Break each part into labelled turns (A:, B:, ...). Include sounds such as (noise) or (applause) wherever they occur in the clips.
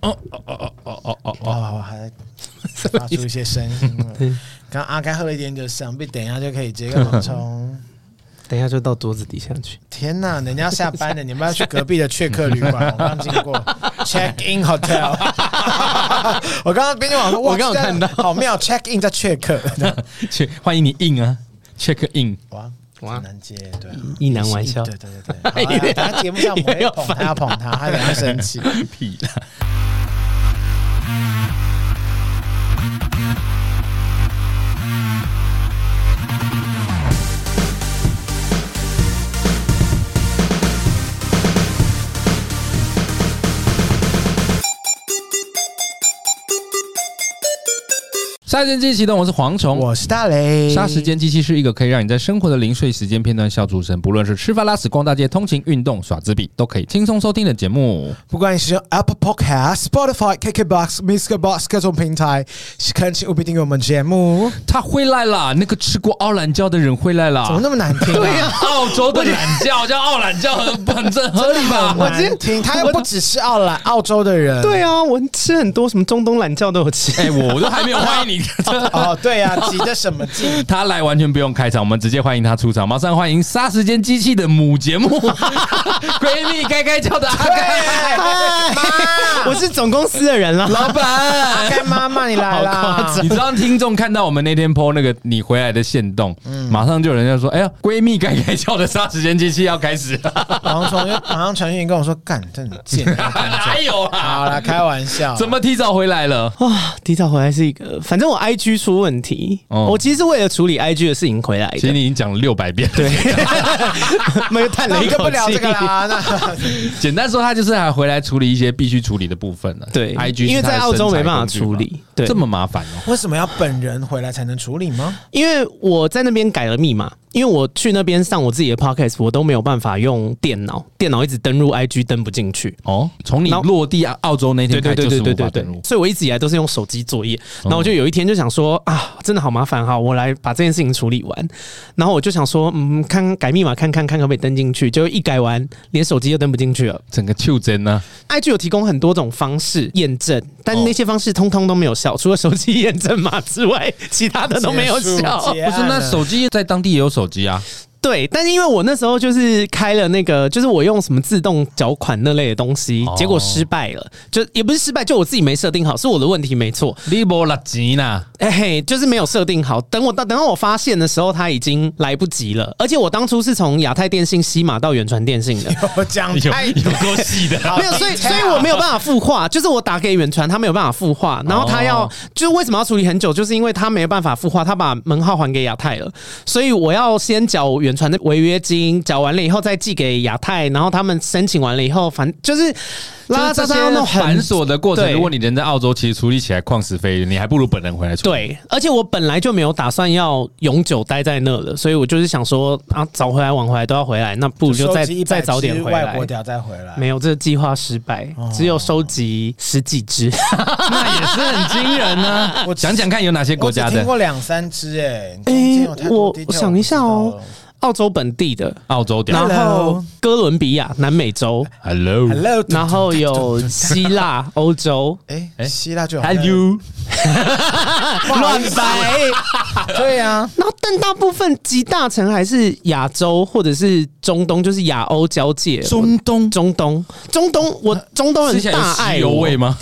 A: 哦哦哦哦哦哦哦，
B: 哇，我还在发出一些声音了。刚刚阿该喝了一点酒，想必等一下就可以直接跟我们冲。
C: 等一下就到桌子底下
B: (laughs)
C: 去。
B: 天哪，人家下班了，你们要去隔壁的雀客旅馆？我刚经
C: (laughs)
B: 过 Check In Hotel，我刚刚边境网说，哇
C: 我刚有看到
B: 这样好妙，Check In 在雀客，
A: 去欢迎你 in 啊，check in，
C: (laughs)
B: 哇
C: 哇
B: 很难接，对啊。
C: 意难玩笑
B: 对对
C: (laughs)
B: 对对，好啦等下节目上我们会捧他要捧他，他可能会生气。
A: 屁杀时间机器启动，我是蝗虫，
B: 我是大雷，
A: 杀时间机器是一个可以让你在生活的零碎时间片段笑出声，不论是吃饭、拉屎、逛大街、通勤、运动、耍自闭，都可以轻松收听的节目。
B: 不管你使用 Apple Podcast、Spotify、KKBox、Mr. Box 各种平台，恳请务必订阅我们节目。
A: 他回来啦，那个吃过奥兰胶的人回来啦。
B: 怎么那么难听、啊？
A: (laughs)
B: 对呀、
A: 澳洲的懒觉叫奥懒觉，很啊很正合理 (laughs) 吧？
C: 我今
B: 难
C: 天
B: 听。他又不只是澳兰澳洲的人。
C: 对啊，我吃很多什么中东懒觉都有吃。
A: 哎、我我都还没有欢迎你， (laughs)
B: 哦，对呀、急着什么劲？
A: 他来完全不用开场，我们直接欢迎他出场，马上欢迎杀时间机器的母节目 (laughs) 闺蜜该该叫的阿该
C: 哎
B: (laughs)
C: 妈， (laughs) 我是总公司的人啦。啊
A: 老板。
B: 该妈妈你来啦！
A: 你知道听众看到我们那天 PO 那个你回来的线动，
C: 嗯
A: 马上就有人家说：“哎呀，闺蜜该该叫的杀时间机器要开
C: (laughs)
A: 始了，
B: 王从又马上传讯跟我说：“干，真的很贱。
A: 哪有”啊？
B: 好啦，开玩笑。
A: 怎么提早回来了？
C: 哇，哦提早回来是一个，反正我 IG 出问题，
A: 哦
C: 我其实是为了处理 IG 的事情回来
A: 其实
C: (laughs) 的。
A: 你已经讲了六百遍
B: (laughs)
A: 了。对，
C: 没有叹
B: 那我
C: 了一
B: 们就
C: 口
B: 不聊
C: 气
B: 这。个啦。那
A: 简单说，他就是还回来处理一些必须处理的部分了。
C: 对
A: ，IG
C: 因为
A: 是他的
C: 在澳洲没办法
A: 生财工具
C: 处
A: 嘛
C: 理，对，
A: 这么麻烦哦。
B: 为什么要本人回来才能处理吗？
C: 因为我在那边改了密码，因为我去那边上我自己的 podcast，我都没有办法用电脑，电脑一直登入 IG 登不进去。
A: 哦，从你
C: 然后
A: 落地澳洲那天开始就是无法登录。
C: 所以我一直以来都是用手机作业。然后我就有一天就想说啊，真的好麻烦哈，我来把这件事情处理完。然后我就想说，嗯，看改密码，看看看可不可以登进去。就一改完，连手机都登不进去了。
A: 整个啊袖珍呢，
C: IG 有提供很多种方式验证，但那些方式通通都没有效，除了手机验证码之外，其他的都没有
B: 结束
C: 效。
B: 结
A: 不
B: 案
A: 是那
B: 了
A: 手机在当地也有手机啊，
C: 对，但是因为我那时候就是开了那个，就是我用什么自动缴款那类的东西，
A: 哦
C: 结果失败了，就也不是失败，就我自己没设定好，是我的问题没错，
A: 你没垃圾啦，
C: 哎、嘿，就是没有设定好。等我到等到我发现的时候，它已经来不及了。而且我当初是从亚太电信西马到远传电信的，
B: 我讲
A: 有
C: 哎
B: 太
A: 有够细
C: (laughs)
A: 的。啊
B: 好
C: 没有，所以
B: 低调
C: 所以我没有办法孵化，就是我打给远传，他没有办法孵化，然后他要、
A: 哦
C: 就是为什么要处理很久，就是因为他没办法孵化，他把门号还给亚太了，所以我要先缴远传的违约金，缴完了以后再寄给亚太，然后他们申请完了以后，反就是拉拉
A: 就
C: 杂
A: 是这
C: 杂
A: 些
C: 弄
A: 繁
C: 很。
A: 琐的过程，
C: 对
A: 如果你人在澳洲，其实处理起来旷时飞，你还不如本人回来处理。
C: 对，而且我本来就没有打算要永久待在那了，所以我就是想说啊，早回来晚回来都要回来，那不如就再
B: 收集100
C: 再早点
B: 只
C: 回
B: 外
C: 来
B: 国。屌再回来。
C: 没有，这个计划失败，只有收集十
B: (laughs)
C: 几只。
A: (laughs) 那也是很惊人 (laughs) 呢。
C: 啊
B: 我
A: 讲讲看有哪些国家
B: 我只听
A: 的
B: 过两三只哎、
C: 哎
B: 中间有太多
C: 我
B: detail
C: 我想一下哦澳洲本地的，
A: 澳洲屌
C: 然后
B: Hello
C: 哥伦比亚、南美
B: (laughs)
C: 洲，
B: 我不
A: ，Hello，Hello，
B: 知道。Hello，
C: 然后有希腊、欧洲。
B: 哎、
A: 哎
B: 希腊就有
C: 乱掰。
B: (laughs) 对啊，
C: 然后，但大部分集大成还是亚洲或者是中东，就是亚欧交界。
A: 中东，
C: 中东，中东，我中东
A: 吃
C: 人
A: 起来
C: 大
A: 有石
C: 爱
A: 油
C: 我
A: 味。吗？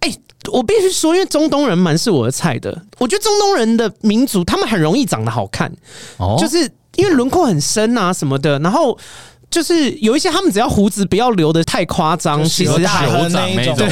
C: 哎、我必须说，因为中东人蛮是我的菜的。我觉得中东人的民族，他们很容易长得好看。
A: 哦
C: 就是因为轮廓很深啊什么的，然后就是有一些他们只要胡子不要留的太夸张，其
A: 有
C: 实
A: 大
C: 还
A: 有
B: 有
A: 掌
B: 那
A: 那
B: 一
A: 种
B: 种，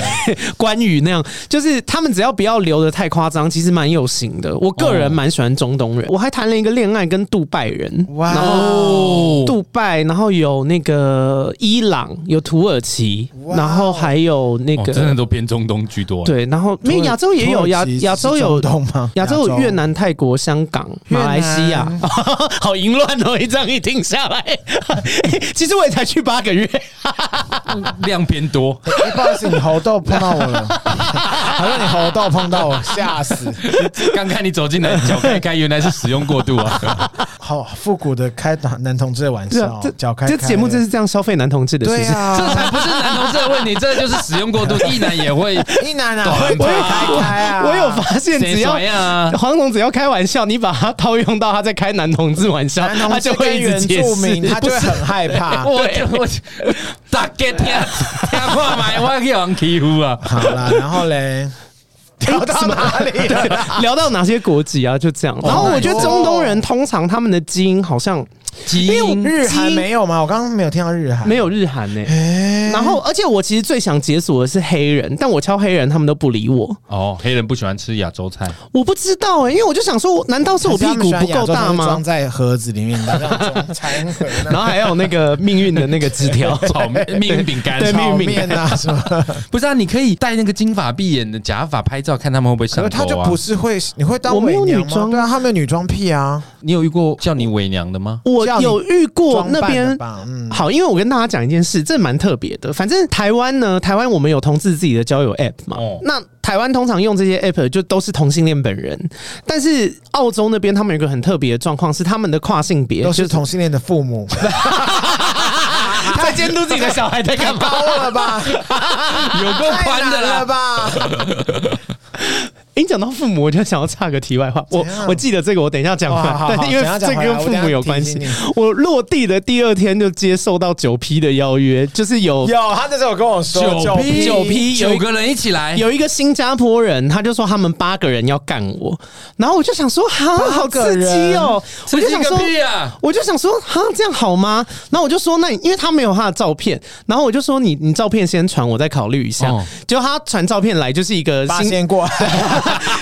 C: 关羽那样，就是他们只要不要留的太夸张，其实蛮有型的。我个人蛮喜欢中
A: 哦
C: 东人，我还谈了一个恋爱跟杜拜人，
B: 哇
C: 然后
A: 哦
C: 杜拜，然后有那个伊朗，有土耳其，
B: 哇
C: 然后还有那
A: 哦真的
C: 个。
A: 都偏中东居多。，啊
C: 对，然后因为亚洲也有亚
B: 土耳其
C: 亚洲有
B: 是中东吗？
C: 亚洲有越南、泰国、香港、
B: 越
C: 马
B: 南
C: 来
B: (laughs)
C: 西亚，好淫乱哦！一这样一听下来，其实我也才去八个月，
A: 量偏 (laughs) 多。
B: 哎、不好意思，你猴豆碰到我 (laughs) 了，好像你猴豆碰到我，吓死！
A: (laughs) 刚看你走进来，脚开开，原来是使用过度啊！
B: 好复古的开男同志的玩
C: 对
B: 笑
C: 啊，这
B: 哦，脚开
C: 这
B: 开
C: 节目
B: 的
C: 就是这样消费男同志的，
B: 对
C: 是不是？
B: 啊，
A: 这才不是男同志的问题，这就是使用 (laughs) 过度，一男也会
B: 一男啊，
A: 懂
B: 会不会开开啊？
C: 我有发现，
A: 谁
C: 只要
A: 谁啊？
C: 黄总只要开玩笑，你把他套用到他在开男同志玩笑，
B: 男同
C: 他
B: 志
C: 就会
B: 跟
C: 一直
B: 原
C: 解
B: 住
C: 释
B: 民，。他就 (laughs) 会很害
A: (laughs)
B: 怕。
A: 我我我啊大家听听话买，我去人欺负啊！
B: 好啦，然后嘞， (laughs) 哎聊到哪里了？
C: 聊到哪些国籍啊？就这
B: Oh
C: 样。然后我觉得中东人通常他们的基因好像
A: 基
B: 因为
A: 因
B: 日韩
C: 基因
B: 没有吗？我刚刚没有听到日韩，
C: 没有日韩呢、然后，而且我其实最想解锁的是黑人，但我敲黑人他们都不理我。
A: 哦，黑人不喜欢吃亚洲菜，
C: 我不知道哎、因为我就想说，难道是我屁股不够大吗
B: 装？在盒子里面，然后拆毁
C: 然后还有那个命运的那个枝 (laughs) 条，
A: 炒面命运饼干
C: 对
B: 炒面啊什么？
A: 不是啊？你可以戴那个金发碧眼的假发拍照，看他们会不会上
B: 可
A: 钩
B: 是
A: 啊？
B: 他就不是会，你会当
C: 我没有
B: 伪娘
C: 女装
B: 吗？对啊，他没有女装癖啊。
A: 你有遇过叫你伪娘的 (laughs) 吗？
C: 我
B: 叫你
C: 有遇过那边
B: 装扮的吧嗯
C: 好，因为我跟大家讲一件事，这蛮特别的。反正台湾呢，台湾我们有同志自己的交友 app 嘛，
A: 哦
C: 那台湾通常用这些 app 就都是同性恋本人，但是澳洲那边他们有一个很特别的状况是他们的跨性别
B: 都
C: 就是
B: 同性恋的父母，
C: 在监督自己的小孩在干嘛？
B: 高了吧？
A: 有够
B: 太
A: 宽的
B: 难了
A: 啊啦！
B: 吧？
C: 诶你讲到父母，我就想要插个题外话。我
B: 怎样
C: 我记得这个，我等一下讲
B: 哇好好
C: 完，但是因为
B: 等一下
C: 这
B: 讲
C: 个
B: 回来
C: 跟父母有关系
B: 我等一下提醒。
C: 我落地的第二天就接受到九 P 的邀约，就是有
B: 有，他那时候有跟我说
A: 九批
C: 九批有
A: 九个人一起
B: 哎
A: 来，
C: 有一个新加坡人，他就说他们八个人要干我，然后我就想说，哈，好刺激哦！我
A: 刺
C: 就
A: 激
C: 想
A: 个
C: 说，
A: 屁啊！
C: 我就想说，哈，这样好吗？然后我就说，那你因为他没有他的照片，然后我就说，你你照片先传，我再考虑一下
A: 哦。
C: 结果他传照片来，就是一个
B: 八
C: 新
B: 仙过，
C: (laughs)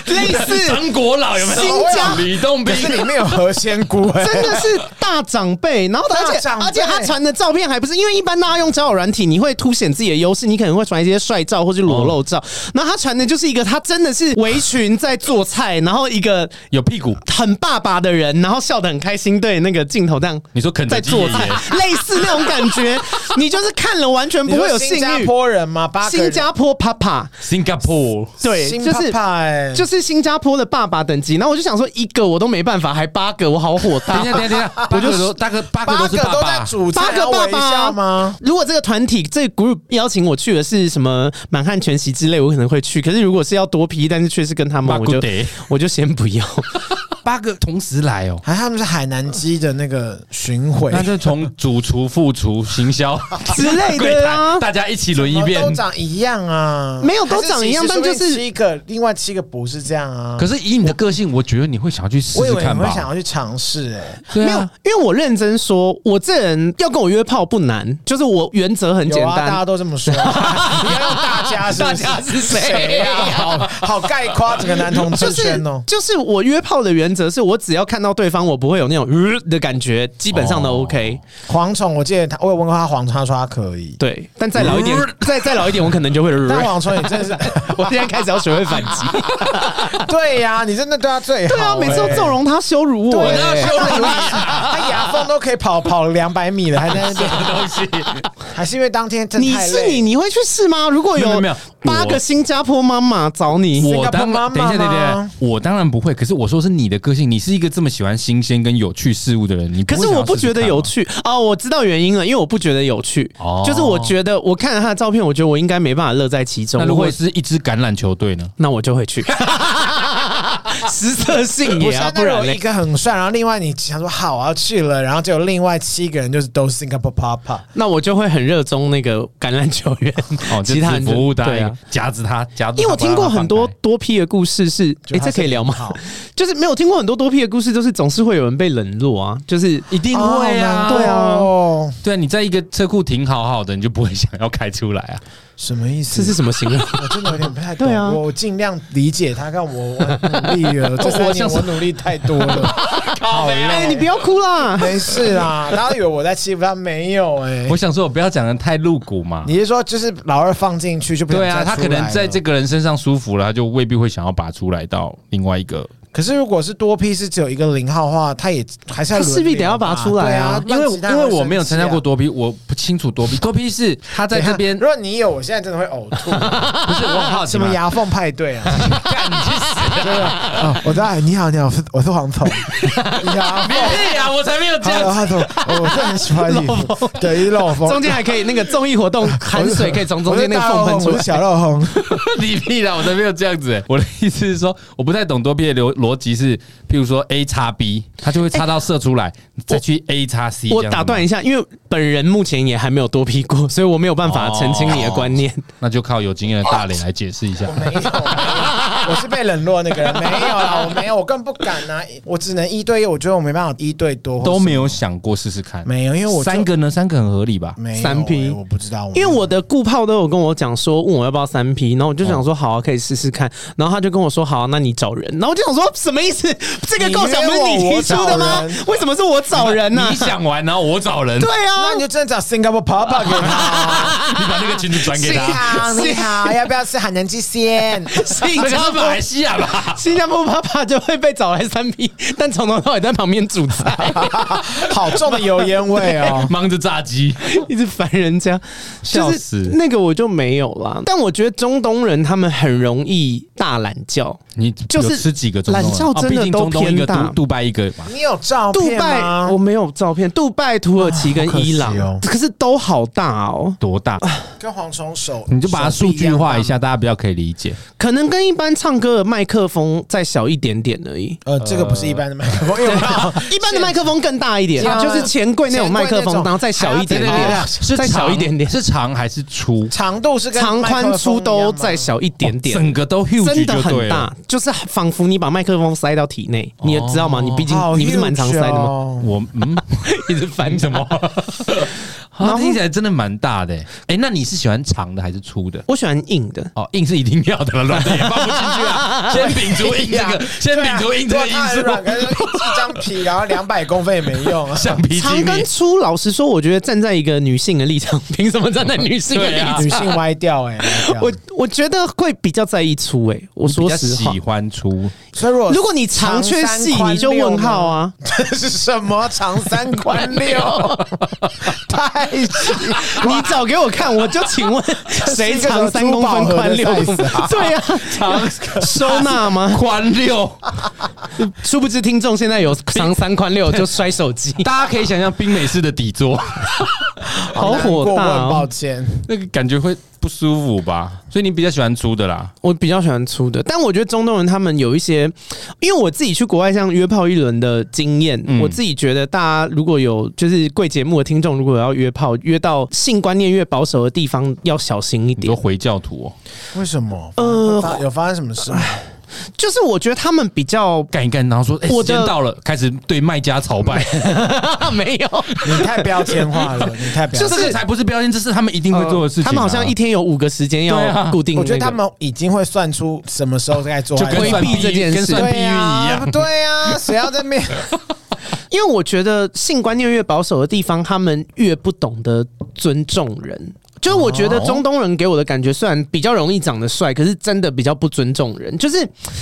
C: 类似
A: 张国老有没有？
C: 新疆
A: 李栋
B: 可
A: 斌
B: 是里面有何仙姑哎。
C: 真的是大长辈，然后
B: 大
C: 而且
B: 长辈
C: 而且他传的照片还不是，因为一般大家用交友软体，你会凸显自己的优势，你可能会传一些帅照或是裸露
B: 哦
C: 照，然后他传的就是一个他真的是围裙在做菜，然后一个
A: 有屁股，
C: 很爸爸的人，然后笑得很开心，对那个镜头这样
A: 你说肯德
C: 在
A: 基爷
C: 做
A: 爷
C: 菜，
B: (laughs)
C: 类似那种感觉，你就是看了完全不
B: 你
C: 会
B: 说
C: 有性
B: 新加
C: 欲。
B: 坡人吗？八个人
C: 新加坡 Papa，
A: (laughs) ，Singapore
C: 对，
B: 新
C: 就是
B: 爸爸哎
C: 就是新加坡的爸爸等级。然后我就想说，一个我都没办法，还八个，我好火大。
A: 等一下，等一下，等一下， (laughs) 八个都大哥，八个
B: 八
A: 都是
B: 个
A: 爸
B: 都在
A: 爸，
B: 煮菜
C: 八个爸爸
B: 要围一下吗？？
C: 如果这个团体这个 group 邀请我去的是什么满汉全席之类，我可能会去。可是如果是要多批，但是却是跟他们，
A: 八
C: 我
A: 个
C: 就
A: 得
C: 我就先不要。
A: 八个同时来哦。
B: 还他们是海南鸡的那个巡回，
A: 那就从主厨、副厨、行销
C: 之类的
A: 柜台
C: 啊
A: 大家一起轮一
B: 怎么
A: 遍。
B: 都长一样啊，
C: 没有都长一样
B: 还
C: 但就
B: 其实
C: 是
B: 说不定七个，另外七个不是这样啊。
A: 可是以你的个性，我觉得你会想要去试
B: 我以
A: 试
B: 为你
A: 看
B: 会想
A: 吧？
B: 要去尝试哎，
A: 对
C: 没有
A: 啊，，
C: 因为我认真说，我这人要跟我约炮不难，就是我原则很简
B: 有啊，大
C: 单。
B: 家都这么
C: (laughs)
B: 说，你要用大家是不是
C: 大家是谁啊
B: 呀？好好概括整个男同
C: 就
B: 志
C: 是
B: 圈哦。
C: 就是我约炮的原则是我只要看到对方，我不会有那种 (laughs) 呃的感觉，基本上都
A: 哦
C: OK。
B: 蝗虫，我记得他，我有问过他蝗虫，他说他可以。
C: 对，但
B: (laughs)
C: 再老一点，再再老一点，我可能就会。 (laughs)
B: 但蝗虫也真的是，
C: 我现在开始要学会反
B: (laughs)
C: 击。
B: 对呀、你真的对他最好、
C: 对啊，每次都
B: 哎
C: 纵容他羞辱我、
B: 对啊
C: 欸
B: 他以为他牙缝都可以跑跑两百米了，还在那边东西， (laughs) 还是因为当天真
C: (laughs) 你
B: 太
C: 是
B: 累
C: 你，你会去试吗？如果
A: 没
C: 有
A: 有没有
C: 八个
A: 我
C: 新加坡妈妈找你，
A: 我当
B: 妈妈吗
A: 然等一下，等一下，我当然不会。可是我说是你的个性，你是一个这么喜欢新鲜跟有趣事物的人，你
C: 可
A: 会
C: 是
A: 想要
C: 我不
A: 试试
C: 觉得
A: 看吗啊
C: 有。趣哦，我知道原因了，因为我不觉得有趣，
A: 哦
C: 就是我觉得我看了他的照片，我觉得我应该没办法乐在其中。
A: 那如果
C: 我会
A: 是一支橄榄球队呢？
C: 那我就会去， (laughs) 实测性
B: 不
C: 也
B: 是
C: 要，
B: 那
C: 不
B: 如果
C: 然
B: 一
C: 嘞。
B: 个很帅，然后另外你想说好我要去了，然后就有另外七个人就是都是 Singapore Papa，
C: 那我就会很热衷那个橄榄球员，
A: (laughs) 哦，就
C: (laughs) 其他
A: 只
C: 人就
A: 服务答
C: 对
A: 应
C: 啊，
A: 夹着他，夹住他。
C: 因为我听
A: 不
C: 过
A: 让他
C: 很多
A: 放开
C: 多批的故事是，哎、这可以聊吗？
B: 好，
C: (laughs) 就是没有听过很多多批的故事，就是总是会有人被冷落啊，就是
A: 一定会啊，
B: 哦对啊，
A: 对啊，你在一个车库停好好的，你就不会想要开出来啊。
B: 什么意
C: 这
B: 思？
C: 是什么形容？
B: 我真的有点不太懂，
C: 对啊
B: 我我尽量理解他，看我我努力了，这三年我努力太多了，好
C: 哎、
B: 累，
C: 你不要哭啦！
B: 没事啦，大家以为我在欺负他，没有哎、
A: 我想说，我不要讲的太露骨嘛。
B: 你是说就是老二放进去就不想
A: 对啊，
B: 再
A: 他
B: 出
A: 可能
B: 来
A: 在
B: 了
A: 这个人身上舒服了，他就未必会想要拔出来到另外一个。
B: 可是如果是多批是只有一个零号的话，他也还是要
C: 他
B: 轮
C: 势必
B: 流
C: 得要
B: 吧
C: 拔出来
B: 对
C: 啊
B: 啊，
A: 因为
B: 不然其他人
A: 因为
B: 会
A: 我没有
B: 生气
A: 参
B: 啊
A: 加过。多批，我不清楚多 (laughs) 批。多批是他在这 (laughs) 边，
B: 如
A: (laughs)
B: 果你有，我现在真的会呕吐。
A: 不是我很好奇
B: 什
A: 嘛
B: 么？牙缝派对啊？
A: (laughs) 干你去死！
B: 啊我知道，哎你好，你好，我是我是黄
A: (laughs)
B: 总，你好，
A: 没屁呀，啊我哎才没有这样
B: 然后他说：“哦我是很喜欢你，对，一漏风，
C: 中间还可以那个综艺活动含水可以从中间那个缝喷出
B: 我
C: 来
B: 是。小漏
A: (laughs)
B: 风，
A: 你屁啦，我才没有这样子欸、我的意思是说，我不太懂多 B 的逻逻辑是，譬如说 A 叉 B，它就会插到射出来，再去 A 叉 C 这样
C: 我
A: 子吗。
C: 打断一下，因为本人目前也还没有多批过，所以我没有办法澄清你的观念。
A: 那就靠有经验的大脸来解释一下。
B: 没有， (laughs) 我是被冷落那个人，没有啦，我没有，我更不敢啊，我只能一对一，我觉得我没办法一对多，
A: (laughs) 都没有想过试试看，
B: 没有，因为我就
A: 三个呢，三个很合理吧？
B: 没有
C: 三 P
B: 欸我不知道，
C: 因为我的顾炮都有跟我讲说，嗯问我要不要三 P，然后我就想说好啊，可以试试看。然后他就跟我说好啊、那你找人。然后我就想说什么意思？这个构想不是
B: 你约我
C: 提出的吗
B: 我找人？
C: 为什么是我找人呢、
A: 你想玩，然后我找人，
C: 对
B: 那你
C: 啊，
B: 就真的找 Singapore Papa 给他。
A: (laughs) 你把那个裙子转给
C: 是啊
A: 他。
B: (laughs) 好，你好，啊哎要不要吃海南鸡鲜？ (laughs)
C: 新
A: 那个
C: 加
A: 是
C: 坡
A: 马来西亚吧？
C: 新加坡爸爸就会被找来三 P，但从头到尾在旁边煮菜，
B: 好重的油烟味
C: (laughs)
B: 哦！
A: 忙着炸鸡，
C: 一直烦人家，
A: 笑
C: 就
A: 死
C: 是那个我就没有啦。但我觉得中东人他们很容易大懒觉。
A: 你
C: 就是
A: 有吃几个中东人？
C: 懒觉真的
A: 哦毕竟中东一个
C: 都偏大
A: 杜杜拜一个嘛。
B: 你有照
C: 杜
B: 片
C: 拜
B: 吗？
C: 我没有照片，杜拜、土耳其跟
B: 好可惜
C: 伊朗，
B: 哦
C: 可是都好大哦，
A: 多大？
B: 跟蝗虫手，
A: 你就把它数据化一
B: 手
A: 下，大家比较可以理解。
C: 可能跟一般唱歌的麦克风再小一点点而
B: 臂一
C: 已。
B: 样大。呃，这个不是一般的麦克风，因为我看到
C: 一般的麦克风更大一点，
B: 像
C: 就是钱柜那种麦克
B: 啊钱柜
C: 风，
B: 那种
C: 然后再小一点
B: 对对对
C: 点
B: 对，
A: 是
C: 再小一点点，
A: 是长还是粗？
B: 长度是跟
C: (laughs) 长
B: 麦克风啊
C: 宽粗
B: 一
C: 都
B: 样吗
C: 再小一点点，
A: 整个都
B: 哦
A: huge
C: 真
A: 就对
C: 的很
A: 了
C: 大。，就是仿佛你把麦克风塞到体内，你也知道吗？你毕竟
B: 哦好
C: 你不是蛮常
B: huge
C: 塞的吗？
B: 哦
A: 我嗯， (laughs) 一直翻什 (laughs) 么？
C: 然
A: 它
C: 后
A: 听起来真的蛮大的欸。哎，那你是喜欢长的还是粗的？
C: 我喜欢硬的，
A: 哦，硬是一定要的了，软的也放不进去
C: (laughs)
A: 啊。先摒除硬这个，先
B: 对啊
A: 摒除硬这个
B: 如果它很软
A: 因
B: 可是一张皮，然后两百公分也没 (laughs) 用啊
A: 素，。橡皮
C: 长
A: 筋。
C: 跟粗，老实说，我觉得站在一个女性的立场， (laughs) 凭什么站在女性的立
A: 对啊
C: 场？
B: 女性歪掉哎、欸，歪
C: 我
B: 掉
C: 我觉得会比较在意粗诶、我
A: 啊比
C: 说
A: 较
C: 实话
A: 喜，欢粗，
B: 所以如果
C: 如果你长缺细，你就问号啊。
B: 长
C: (laughs)
B: 三宽六呢，这是什么长三宽 (laughs) 六？太细，
C: 你找给我看，我就请问 (laughs) 谁长三公分宽六公分
B: 这是一个什么珠宝盒的 size 啊？
C: 对啊，长收纳吗？
A: 宽六，
C: (laughs) 殊不知听众现在有长三宽六就摔手机，
A: 大家可以想象冰美式的底座，
C: 好
B: 难过
C: 火大、
B: 我很抱
C: 哦。
B: 歉，
A: (laughs) 那个感觉会不舒服吧？所以你比较喜欢粗的啦。
C: 我比较喜欢粗的，但我觉得中东人他们有一些，因为我自己去国外像约炮一轮的经验，
A: 嗯
C: 我自己觉得大家如果有就是贵节目的听众，如果要约炮，约到性观念越保守的地方要小心一
A: 你
C: 点
A: 说。回教徒哦，
B: 为什么？
C: 呃哎
B: 发有发生什么事吗？
C: 就是我觉得他们
A: (laughs)
C: 比较
A: 干一干，然后说，哎，
C: 我
A: 时
C: 的
A: 间到了，开始对卖家朝拜。
C: 没有，
B: 你太标签化
C: (laughs)
B: 了，你太标
A: 这
B: 签。
A: 个才不是标签，这是他们一定会做的事情啊。
C: 呃他们好像一天有五个时间
A: 对
C: 要
A: 啊
C: 固定、那
B: 我觉得
C: 个
B: 他们已经会算出什么时候该做
A: 就
B: 爱了，
A: 跟
C: 规
A: 哎算
C: 避这件事
A: 跟算避
B: 对
A: 孕一
B: 呀，
A: 样。
B: 对呀，谁要在面？
C: (laughs) 因为我觉得性观念越保守的地方，他们越不懂得尊重人。就是我觉得中东人给我的感觉，虽然比较容易长得帅，可是真的比较不尊重人。就是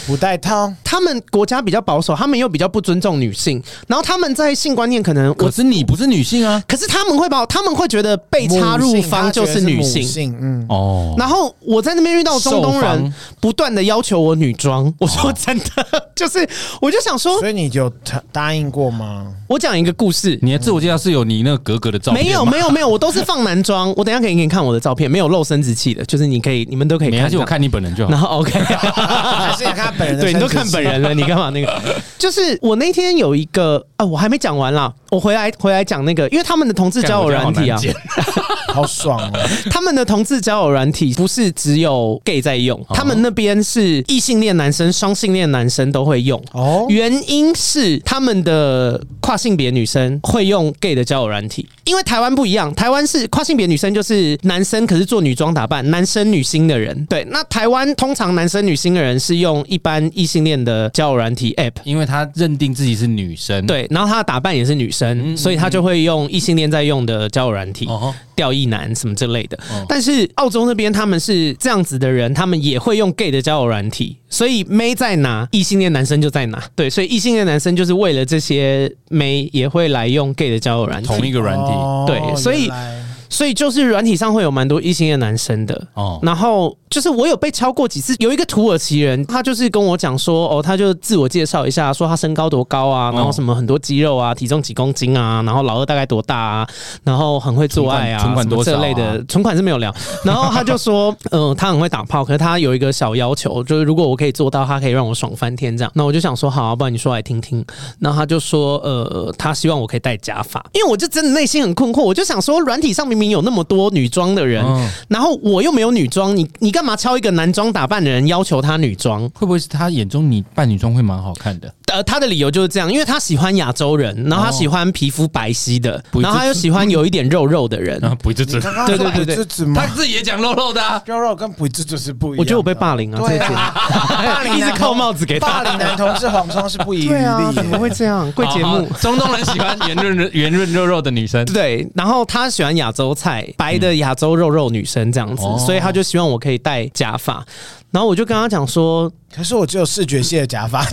B: 不带套，
C: 他们国家比较保守，他们又比较不尊重女性，然后他们在性观念可能
A: 可
C: 我。
A: 是你不是女性啊。
C: 可是他们会把他们会觉得被插入方就是女
B: 性，
C: 性，
B: 他觉得是母嗯，
A: 哦，
C: 然后我在那边遇到中东
A: 受哦
C: 人
A: 方，
C: 不断的要求我女装。我说真的， (laughs) 就是我就想
A: (laughs)
C: 说
B: 所，以你有答答应过吗？
C: (laughs) 我讲一个故事，
A: 你的自我介绍是有你那个格格的照片
C: 没有
A: 吗
C: 没有没有，我都是放男装。我等一下可以给你看我的照片，没有露生殖器的，就是你可以，你们都可以
A: 没
C: 看
A: 关系，
C: 到。
A: 我看你本人就好
C: 然。后
A: (laughs)
C: OK，
B: 还是你看他本人的
C: 对，你都
B: 身体
C: 看本
B: 是
C: 人了，你干嘛那个？就是我那天有一个啊，我还没讲完啦，我回来回来讲那个，因为他们的同志交友软体啊，
A: 干
B: 好爽哦！
C: 他们的同志交友软体不是只有 gay 在用，
A: 哦
C: 他们那边是异性恋男生、双性恋男生都会用。 (laughs)
B: 哦，
C: 原因是他们的跨性别女生会用 gay 的交友软体，因为台湾不一样，台湾是跨性别女生就是男生，可是做女装打扮，男生女星的人。对，那台湾通常男生女星的人是用一般异性恋的交友软体 app。
A: 因为他认定自己是女生。，
C: 对，然后她的打扮也是女生，所以她就会用异性恋在用的交友软体，
A: 哦，
C: 吊唁男什么之类的。但是澳洲那边他们是这样子的人，他们也会用 gay 的交友软体，所以妹在哪，异性恋男生就在哪。对，所以异性恋男生就是为了这些妹也会来用 gay 的交友软体。
A: 同一个软体。
B: 哦
C: 对所以
B: 原来
C: 所以就是软体上会有蛮多异性恋男生的
A: 哦
C: 哦。然后就是我有被敲过几次，有一个土耳其人，他就是跟我讲说，哦，他就自我介绍一下，说他身高多高
A: 哦
C: 啊，然后什么很多肌肉啊，体重几公斤啊，然后老二大概多大啊，然后很会做爱啊，
A: 存款
C: 什么
A: 存款多少啊
C: 这类的，存款是没有聊。然后他就说，嗯、他很会打炮，可是他有一个小要求，就是如果我可以做到，他可以让我爽翻天这样。那我就想说，好、啊，不然你说来听听。然后他就说，呃，他希望我可以戴假发，因为我就真的内心很困惑，我就想说，软体上明明有那么多女装的人，
A: 嗯
C: 然后我又没有女装，你你干嘛敲一个男装打扮的人要求他女装？
A: 会不会是他眼中你扮女装会蛮好看的？
C: 呃，他的理由就是这样，因为他喜欢亚洲人，然后他喜欢皮肤白皙的，
A: 不
C: 然后他又喜欢有一点肉肉的人。
A: 啊，不就这
B: 你？刚刚
C: 对
B: 说哎
C: 对对对
B: 不自吗
A: 他？自己也讲肉肉的、啊，
B: 肉肉跟不自主是不一样的。
C: 我觉得我被霸凌啊，
B: 对
C: 这个节目
B: 啊，霸凌
C: (laughs) 一直
B: 男
C: 扣帽子给他
B: 霸凌男同志黄忠是不遗余
C: 对啊，
B: 力
C: 怎么
B: 耶。
C: 会这样？贵节
A: 好
C: 目
A: 好。中东人喜欢圆润圆润肉肉的女生。
C: 对，然后他喜欢亚洲菜，白的亚洲肉肉女生这样子，
A: 哦
C: 所以他就希望我可以戴假发。然后我就跟他讲说，
B: 可是我只有视觉系的假发，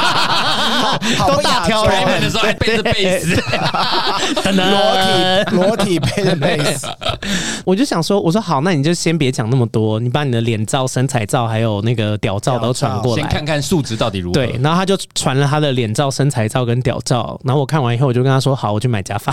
B: 好好
C: 都大挑
A: 开
C: 人
A: 门的时候还背着被子，
C: 等等，
B: 裸体裸体配的贝斯，
C: 我就想说，我说好，那你就先别讲那么多，你把你的脸照、身材照还有那个屌照都传过
A: 先
C: 来
A: 看。看数值到底如何。
C: 对，然后他就传了他的脸照、身材照跟屌照，然后我看完以后，我就跟他说：“好，我去买假发。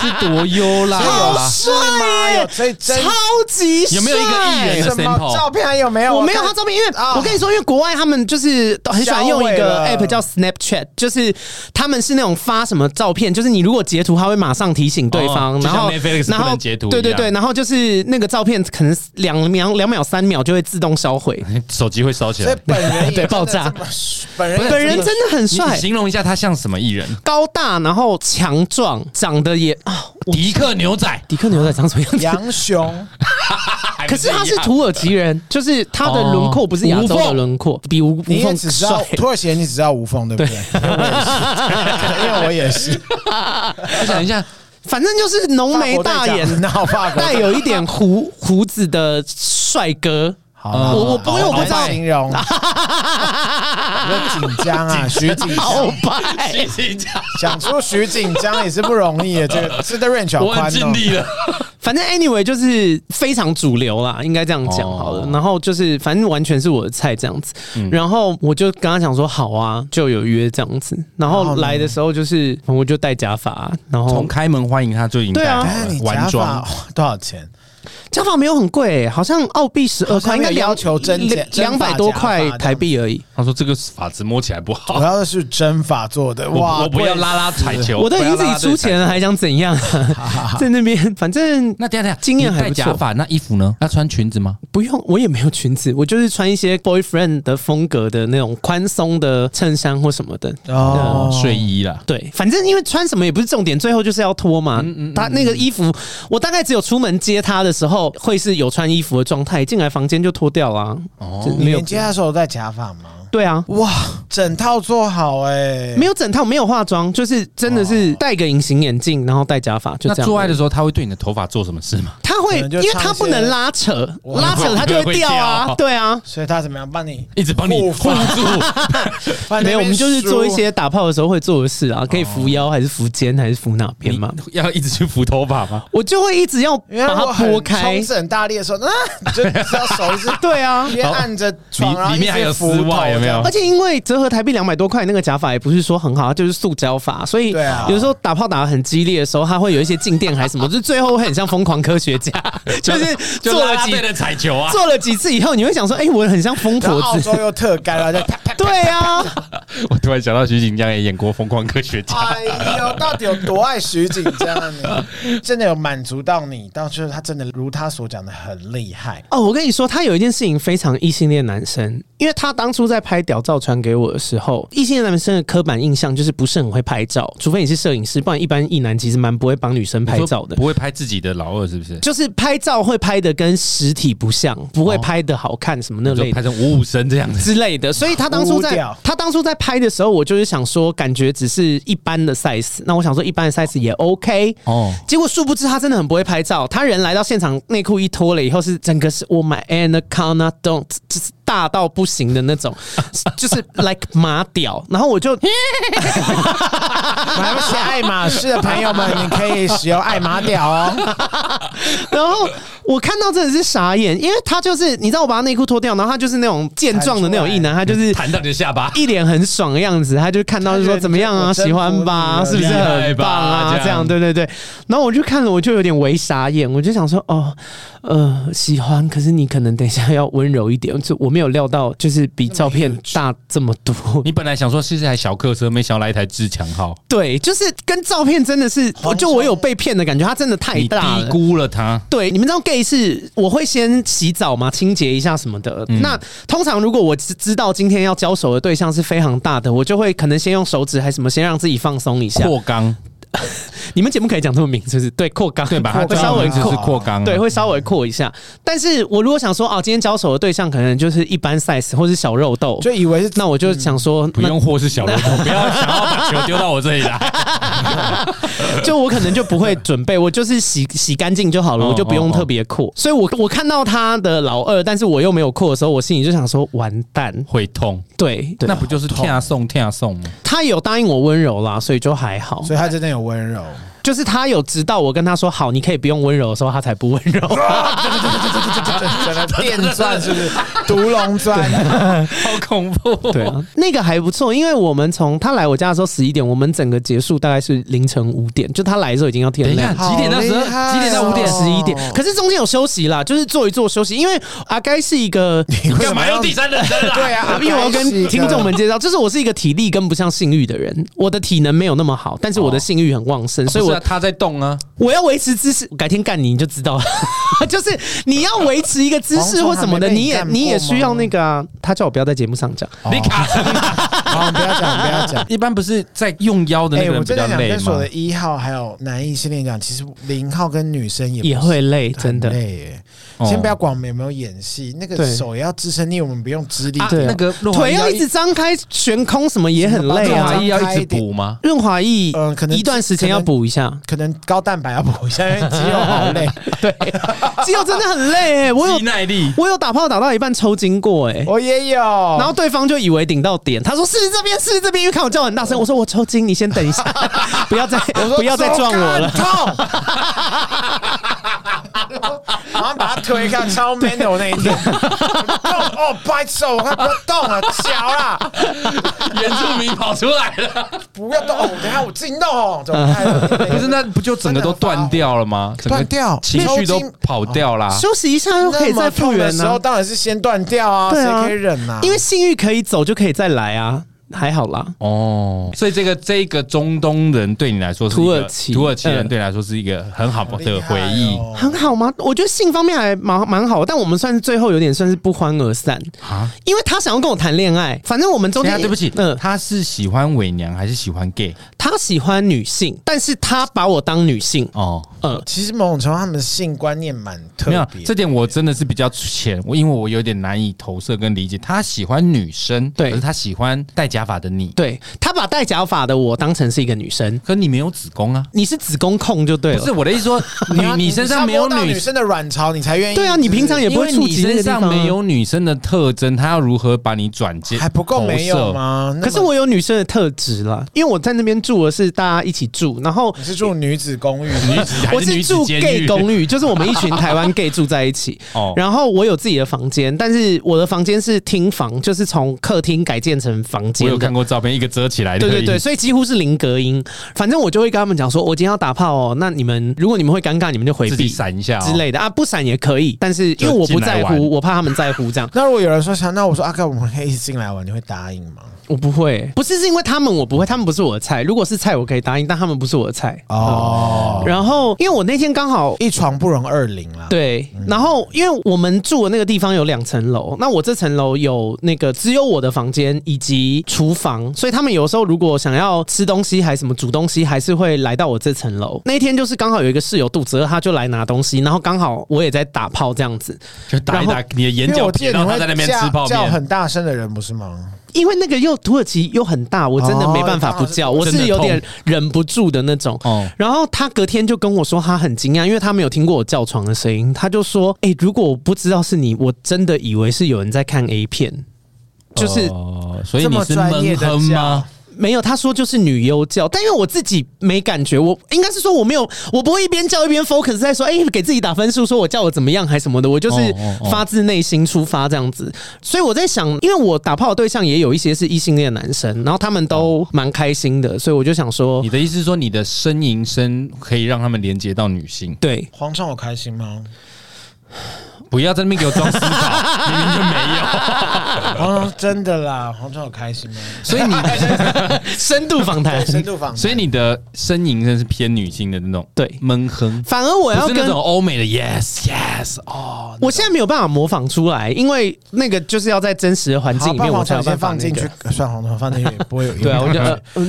A: 是多优啦，
B: 是吗？有所以真
C: (laughs) 超级帅
A: 有没有一个艺人
B: 什么
A: sample
B: 照片还有没有？
C: 我没有他
B: 看
C: 照片，因为
B: 啊
C: 我跟你说，因为国外他们就是很喜欢用一
B: 销
C: 个
B: 毁了
C: app 叫 Snapchat，就是他们是那种发什么照片，就是你如果截图，他会马上提醒对
A: 哦
C: 方，
A: 就
C: 然
A: 像
C: 后
A: Netflix
C: 然
A: 不
C: 后
A: 能截图一
C: 对对
A: 样
C: 对，然后就是那个照片可能两秒、两秒、三秒就会自动销毁。
A: 手机会烧起
B: 所
A: 来
B: 以。本人也
C: 对爆炸
B: 真的这么，本人也
C: 本人真的很
A: 你你
C: 帅，
A: 形容一下他像什么艺人？
C: 高大，然后强壮，长得也啊，我
A: 迪克牛仔，
C: 迪克牛仔长什么样子？
B: 杨雄，
A: 还
C: (laughs) 可是他
A: 一
C: 是
A: 样
C: 土耳其人，就是他的轮廓不是亚洲
A: 哦吴
C: 的
A: 凤
C: 轮廓，比吴吴
B: 你也
C: 凤
B: 只知道
C: 帅。
B: 土耳其人，你只知道无缝，对不对？因为我也是，因为
A: 我想一下，
C: 反正就是浓
B: 我也
C: 眉
B: 是。
C: 大眼，
B: 那我法国
C: (laughs) 带有一点胡胡子的帅哥。
B: 好
A: 呃
B: 啦，
A: 我
C: 我不因为我不知道
B: 好难形容，有紧张啊，徐锦 (laughs)
C: 好
B: 江，
C: 白，
B: 想出徐锦江也是不容易的，这个这个 range 好
A: 我
B: 宽
A: 很尽
B: 哦。
A: 力了。
C: 反正 anyway 就是非常主流啦，应该这样讲好了。
A: 哦
C: 然后就是反正完全是我的菜这样子。然后我就跟他讲说好啊，就有约这样子。然
B: 然
C: 后
B: 后呢
C: 来的时候就是我就戴假发，然后
A: 从开门欢迎他就已经
C: 对啊
A: 戴好
B: 哎，
A: 了
B: 你假
A: 完
B: 发
A: 妆，
B: 多少钱？
C: 假发没有很贵、好像澳币十二
B: 好像
C: 块，应该
B: 有
C: 两
B: 要求真假
C: 两
B: 真发
C: 百多
B: 假发这
C: 块
B: 样
C: 台币而已。
A: 他说这个法子摸起来不好
B: 我，要的是真发做的，哇！
A: 我我不要拉拉彩球，
C: 我都已经
A: 不
C: 自
A: 要拉
B: 啊
C: 己
A: 拉
C: 出钱了，还想怎样、啊在那边反正
A: 那等一下等一下，
C: 经验还
A: 你戴
C: 不错
A: 假发，那衣服呢？要穿裙子吗？
C: 不用，我也没有裙子，我就是穿一些 boyfriend 的风格的那种宽松的衬衫或什么的。
B: 哦，
A: 睡衣啦。
C: 对，反正因为穿什么也不是重点，最后就是要脱嘛。
B: 嗯
C: 他那个衣服，我大概只有出门接他的时候会是有穿衣服的状态，进来房间就脱掉啦。哦，
B: 你
C: 没有
B: 连。接他的啊时候有戴假发吗？
C: 对啊，
B: 哇，整套做好哎，
C: 没有整套，没有化妆，就是真的是
B: 哦
C: 戴个隐形眼镜，然后戴假发，就
A: 那
C: 这样。
A: 做爱的时候，他会对你的头发做什么事吗？ (laughs)
C: 他
B: 可
C: 会，
B: 能就
C: 因为
B: 唱一
C: 他不
B: 些
C: 能拉扯，
B: 我
C: 拉扯他就会掉
A: 会
C: 啊
A: 掉。
C: 对啊，
B: 所以他怎么样帮你
A: 一直帮你
B: 护
A: 护
B: 发
C: 哦
A: 住， (laughs)
B: 放在那边梳？哦
C: 没有，我们就是做一些打炮的时候会做的事啊，可以扶腰还是扶肩还是扶哪边嘛？
A: 你要一直去扶头发吗？
C: 我就会一直要
B: 因为
C: 把
B: 我
C: 它
B: 很
C: 拨开
B: 冲，刺很大力的时候，啊，你就只要手一直
C: 对啊。
B: 边按着床，
A: 里
B: 然后一
A: 里
B: 直
A: 面还有丝
B: 扶头
A: 袜有没有
C: 而且因为折合台币两百多块，那个假发也不是说很好，它就是塑胶发，所以
B: 对啊
C: 有时候打炮打得很激烈的时候，它会有一些静电还是什么，就最后会很像疯狂科学家， (laughs) 就是
A: 就
C: 做
A: 拉
C: 了
A: 拉
C: 几
A: 队的彩球啊！
C: 做了几次以后，你会想说，哎、我很像疯
B: 然后
C: 婆
B: 澳
C: 子
B: 洲，又特干了，然后就啪啪。
C: 对啊，
A: 我突然想到徐锦江也演过《疯狂科学家》
C: 啊
B: 哎呦，到底有多爱徐锦江啊你？真的有满足到你，到就是他真的如他所讲的很厉害。
C: 哦，我跟你说，他有一件事情非常异性恋男生，因为他当初在拍屌照传给我的时候，异性恋男生的刻板印象就是不是很会拍照，除非你是摄影师，不然一般异男其实蛮不会帮女生拍照的。
A: 不会拍自己的老二是不是？
C: 就是拍照会拍的跟实体不像，不会拍的好看什么那类
A: 哦就
C: 的
A: 拍成五五身这样子。
C: (laughs) 之类的，所以他当初
B: 污
C: 在
B: 掉
C: 他当初在拍的时候，我就是想说，感觉只是一般的 size，那我想说一般的 size 也 OK
A: 哦
C: 哦。结果殊不知他真的很不会拍照，他人来到现场，内裤一脱了以后是整个是 Oh my anaconda don't，就是大到不行的那种， (laughs) 就是 like 马屌。然后
B: (laughs)
C: 我就
B: 买不起爱马仕的朋友们，你可以使用爱马屌哦。
C: 然后我看到真的是傻眼，因为他就是你知道我把他内裤脱掉，然后他就是那种健壮的那
B: 弹
C: 种
B: 出来
C: 异男，他就是
A: 弹到你的下巴，
C: 一脸很爽的样子，他就看到就说怎么样啊，
B: 我征服
C: 喜欢吧，
B: 你了
C: 是不是
A: 厉害
C: 很
A: 吧
C: 棒啊？
A: 这
C: 这
A: 样
C: 样对对对。然后我就看了，我就有点微傻眼，我就想说哦，呃，喜欢，可是你可能等一下要温柔一点， (laughs) 就我没有料到就是比照片大这么多。
A: 你本来想说是一台小客车，没想到来一台自强号，
C: (laughs) 对，就是跟照片真的是，我就我有被骗的感觉，他真的太
A: 你
C: 哎大
A: 低
C: 了。
A: 估了它。
C: 对，你们知道 gay 是我会先洗澡嘛，清洁一下什么的。
A: 嗯
C: 那通常如果我知知道今天要交手的对象是非常大的，我就会可能先用手指还是什么，先让自己放松一下。
A: 扩肛，
C: 你们节目可以讲这么明，是不是？对，扩肛，
A: 对吧？它
C: 会稍微
A: 就
C: 扩
A: 是扩肛啊，
C: 对，会稍微扩一下。但是我如果想说，哦，今天交手的对象可能就是一般 size 或是小肉豆，
B: 就以为是
C: 那我就想说，
A: 嗯不用或是小萝卜，不要想要把球丢到我这里来。
C: 那就我可能就不会准备，我就是洗洗干净就好了，
A: 哦
C: 我就不用
A: 哦
C: 特别扩。所以我我看到他的老二，但是我又没有扩的时候，我心里就想说，完蛋，
A: 会痛，
C: 对，对
A: 那不就是天啊送天送吗？
C: 他有答应我温柔啦，所以就还好。
B: 所以他真的有温柔。
C: 就是他有直到我跟他说好，你可以不用温柔的时候，他才不温
A: (laughs)
C: 柔。
B: 整个电钻是不是？独龙钻，
A: 好恐怖！
C: 对啊，那个还不错，因为我们从他来我家的时候十一点，我们整个结束大概是凌晨五点，就他来的时候已经要
A: 等
C: 天
A: 一下，
C: 亮。
A: 几点到十二？
B: 好厉害哦
A: 几点到五点？哦
C: 十一点，可是中间有休息啦，就是坐一坐休息，因为阿该是一
A: (laughs)
C: 个，
B: 你为什
A: 干
B: 么
A: 嘛
B: 要
A: 用第？三人称啊？
B: 对啊，
C: 因为我要
B: 该是一
C: 跟
B: 个
C: 听众们介绍，就是我是一个体力跟不上性欲的人，我的体能没有那么好，但是
A: 哦
C: 我的性欲很旺盛，所以
A: 不
C: 我
A: 是啊他在动啊，
C: 我要维持姿势，改天干你你就知道了。 (laughs) 就是你要维持一个姿势或什么
B: (laughs) 黄总还没
C: 的，
B: 被
C: 你也
B: 你干过吗
C: 你也需要那个啊。他叫我不要在节目上讲，
A: 你卡成
B: 好，不要讲，不要讲。
A: 哦一般不是在用腰的
B: 哎、
A: 那个
B: 我
A: 人比
B: 真
A: 较
B: 的想
A: 累
B: 跟所有
A: 吗
B: 的？一号还有男异性恋讲，其实零号跟女生也不
C: 也会累，真的
B: 很。累耶。
A: 哦
B: 先不要管我们有没有演戏，那个
C: 对
B: 手也要支撑力，我们不用支力。
A: 啊
C: 对啊
A: 那个润滑
C: 腿
A: 液
C: 要一直张开悬空，什么也很累
A: 润
B: 把
A: 滑
B: 这
C: 啊
B: 种。
A: 液要一直补吗？
C: 润滑液
B: 嗯可能
C: 一段时间要补一下，
B: 可能高蛋白要补一下，因为肌肉好累。
C: (laughs) 对，
A: (laughs)
C: 肌肉真的很累
B: (laughs)
C: 欸。我有
A: 肌耐力，
C: 我有打炮打到一半抽筋过哎，
B: 我也有，然
C: 然后对方就以为顶到点，他说是这边是这边，因为看我叫很大声，
B: (laughs)
C: 我说我抽筋，你先等一下，不要再不要再撞我了。
B: 痛！然后把他推开，超 man 的我那一天，痛哦，白手，我快不要动了，脚啦，
A: 原住民跑出来了。
B: 不要动，哦等一下我自己弄哦，怎么办
A: (laughs) 可是那不就整个都断掉了吗？整个
B: 断掉
A: 情绪都
B: 抽筋
A: 跑掉啦。
C: 休息一下又可以再
B: 那么
C: 复
B: 痛的
C: 原啊
B: 时
C: 呢、
B: 候当然是先断掉啊，
C: 对
B: 谁
C: 啊
B: 可以忍啊？
C: 因为性欲可以走就可以再来啊，还好啦。
A: 哦，所以这个这个中东人对你来说是一个，
C: 土耳其
A: 土耳其人
C: 嗯
A: 对你来说是一个很好
B: 好厉
A: 的
B: 害
A: 回忆
B: 哦
C: 很好吗？我觉得性方面还蛮蛮好，但我们算是最后有点算是不欢而散，
A: 啊。
C: 因为他想要跟我谈恋爱，反正我们中
A: 等一
C: 间
A: 下对不起，
C: 嗯、
A: 他是喜欢伪娘还是喜欢 gay？
C: 他喜欢女性，但是他把我当女性，
A: 哦，
C: 嗯、
B: 其实某种程度，他们的性观念蛮特
A: 没有，
B: 别。
A: 这点我真的是比较浅，我因为我有点难以投射跟理解。他喜欢女生，
C: 对
A: 可是他喜欢戴假发的你，
C: 对他把戴假发的我当成是一个女生，
A: 可你没有子宫啊。
C: 你是子宫控就对啊
A: 不是
C: 了。
A: 我的意思
C: (laughs)
A: 说，
B: 你要
A: 你你身上没有
B: 你要摸到
A: 女
B: 女生的卵巢，你才愿意。
C: 对啊，你平常也不会
A: 因为
C: 触
A: 你
C: 及那
A: 身
C: 个地方
A: 上
C: 啊、
A: 没有女生的特征，他要如何把你转接？
B: 还不够没有吗？那么
C: 可是我有女生的特质啦，因为我在那边住的是大家一起住，然后
B: 你是住女子公寓，
A: (laughs) 投射？女子还
C: 我
A: 是
C: 是
A: 女
C: 住
A: 子监
C: gay
A: 狱
C: 公寓，就是我们一群台湾 gay 住在一起。
A: 哦
C: 然后我有自己的房间，但是我的房间是厅房，就是从客厅改建成房
A: 我
C: 间
A: 有
C: 的
A: 看。过照片，一个遮起来的
C: 对
A: 而已，
C: 对对，所以几乎是零隔音。反正我就会跟他们讲说，我今天要打炮哦，那你们如果你们会尴尬，你们就回
A: 自
C: 避
A: 己闪一下、哦、
C: 之。类的啊，不闪也可以。但是因为我不在
A: 就进来玩
C: 乎，我怕他们在乎
A: (laughs)
C: 这样，
B: 那如果有人说想，那我说阿哥，我们可以一起进来玩，你会答应吗？
C: 我不会。不是是因为他们我不会，他们不是我的菜。如果是菜我可以答应，但他们不是我的菜。
B: 哦，
C: 然后因为我那天刚好
B: 一床不容二零啦。，
C: 对，
A: 嗯
C: 然后因为我们住的那个地方有两层楼，那我这层楼有那个只有我的房间以及厨房，所以他们有时候如果想要吃东西还是什么煮东西，还是会来到我这层楼。那一天就是刚好有一个室友肚子饿，他就来拿东西，然后刚好我也在打炮这样子，
A: 就打一打
C: 然
A: 你的眼
B: 因为
A: 角
B: 我记
A: 皮，
B: 得
A: 然
B: 你
A: 后他
B: 会
A: 在那边
B: 叫
A: 吃泡
B: 叫
A: 面，
B: 很大声的人不是吗？
C: 因为那个又土耳其又很大，我真的没办法不叫，
B: 哦
C: 我
A: 真的
C: 是有点忍不住的那种。
A: 哦
C: 然后他隔天就跟我说，他很惊讶，因为他没有听过我叫床的声音。他就说：“哎、如果我不知道是你，我真的以为是有人在看 A 片，就是
A: 哦所以
B: 这
A: 你
B: 么
A: 是
B: 专业
A: 闷
B: 的
A: 哼吗？
C: 没有。”他说就是女优叫，但因为我自己没感觉，我应该是说我没有，我不会一边叫一边 focus 在说，哎、给自己打分数，说我叫我怎么样还什么的，我就是
A: 哦哦哦
C: 发自内心出发这样子。所以我在想，因为我打炮的对象也有一些是异性恋男生，然后他们都蛮开心的，所以我就想说
A: 你，的意思是说，你的呻吟声可以让他们连接到女性？
C: 对，
B: 皇上，我开心
A: (laughs)
B: 吗？
A: 不要在那边给我装思考，明明就没有。
B: 皇上真的啦，皇上，我开心吗？。
A: 所以你， (laughs)
C: (laughs) 深度访谈
B: 深度访谈，
A: 所以你的呻吟声是偏女性的那种，
C: 对
A: 闷哼，
C: 反而我要
A: 不是那
C: 跟
A: 种欧美的 yes yes 哦，
C: 我现在没有办法模仿出来，因为那个就是要在真实的环境
B: 好，
C: 里
B: 把
C: 面，我
B: 皇
C: 才
B: 上
C: 有
B: 先
C: 办法
B: 放
C: 那
B: 进
C: 个
B: 去。，算皇上放进去也
A: (laughs)
B: 不会有影响。
C: 对啊，我就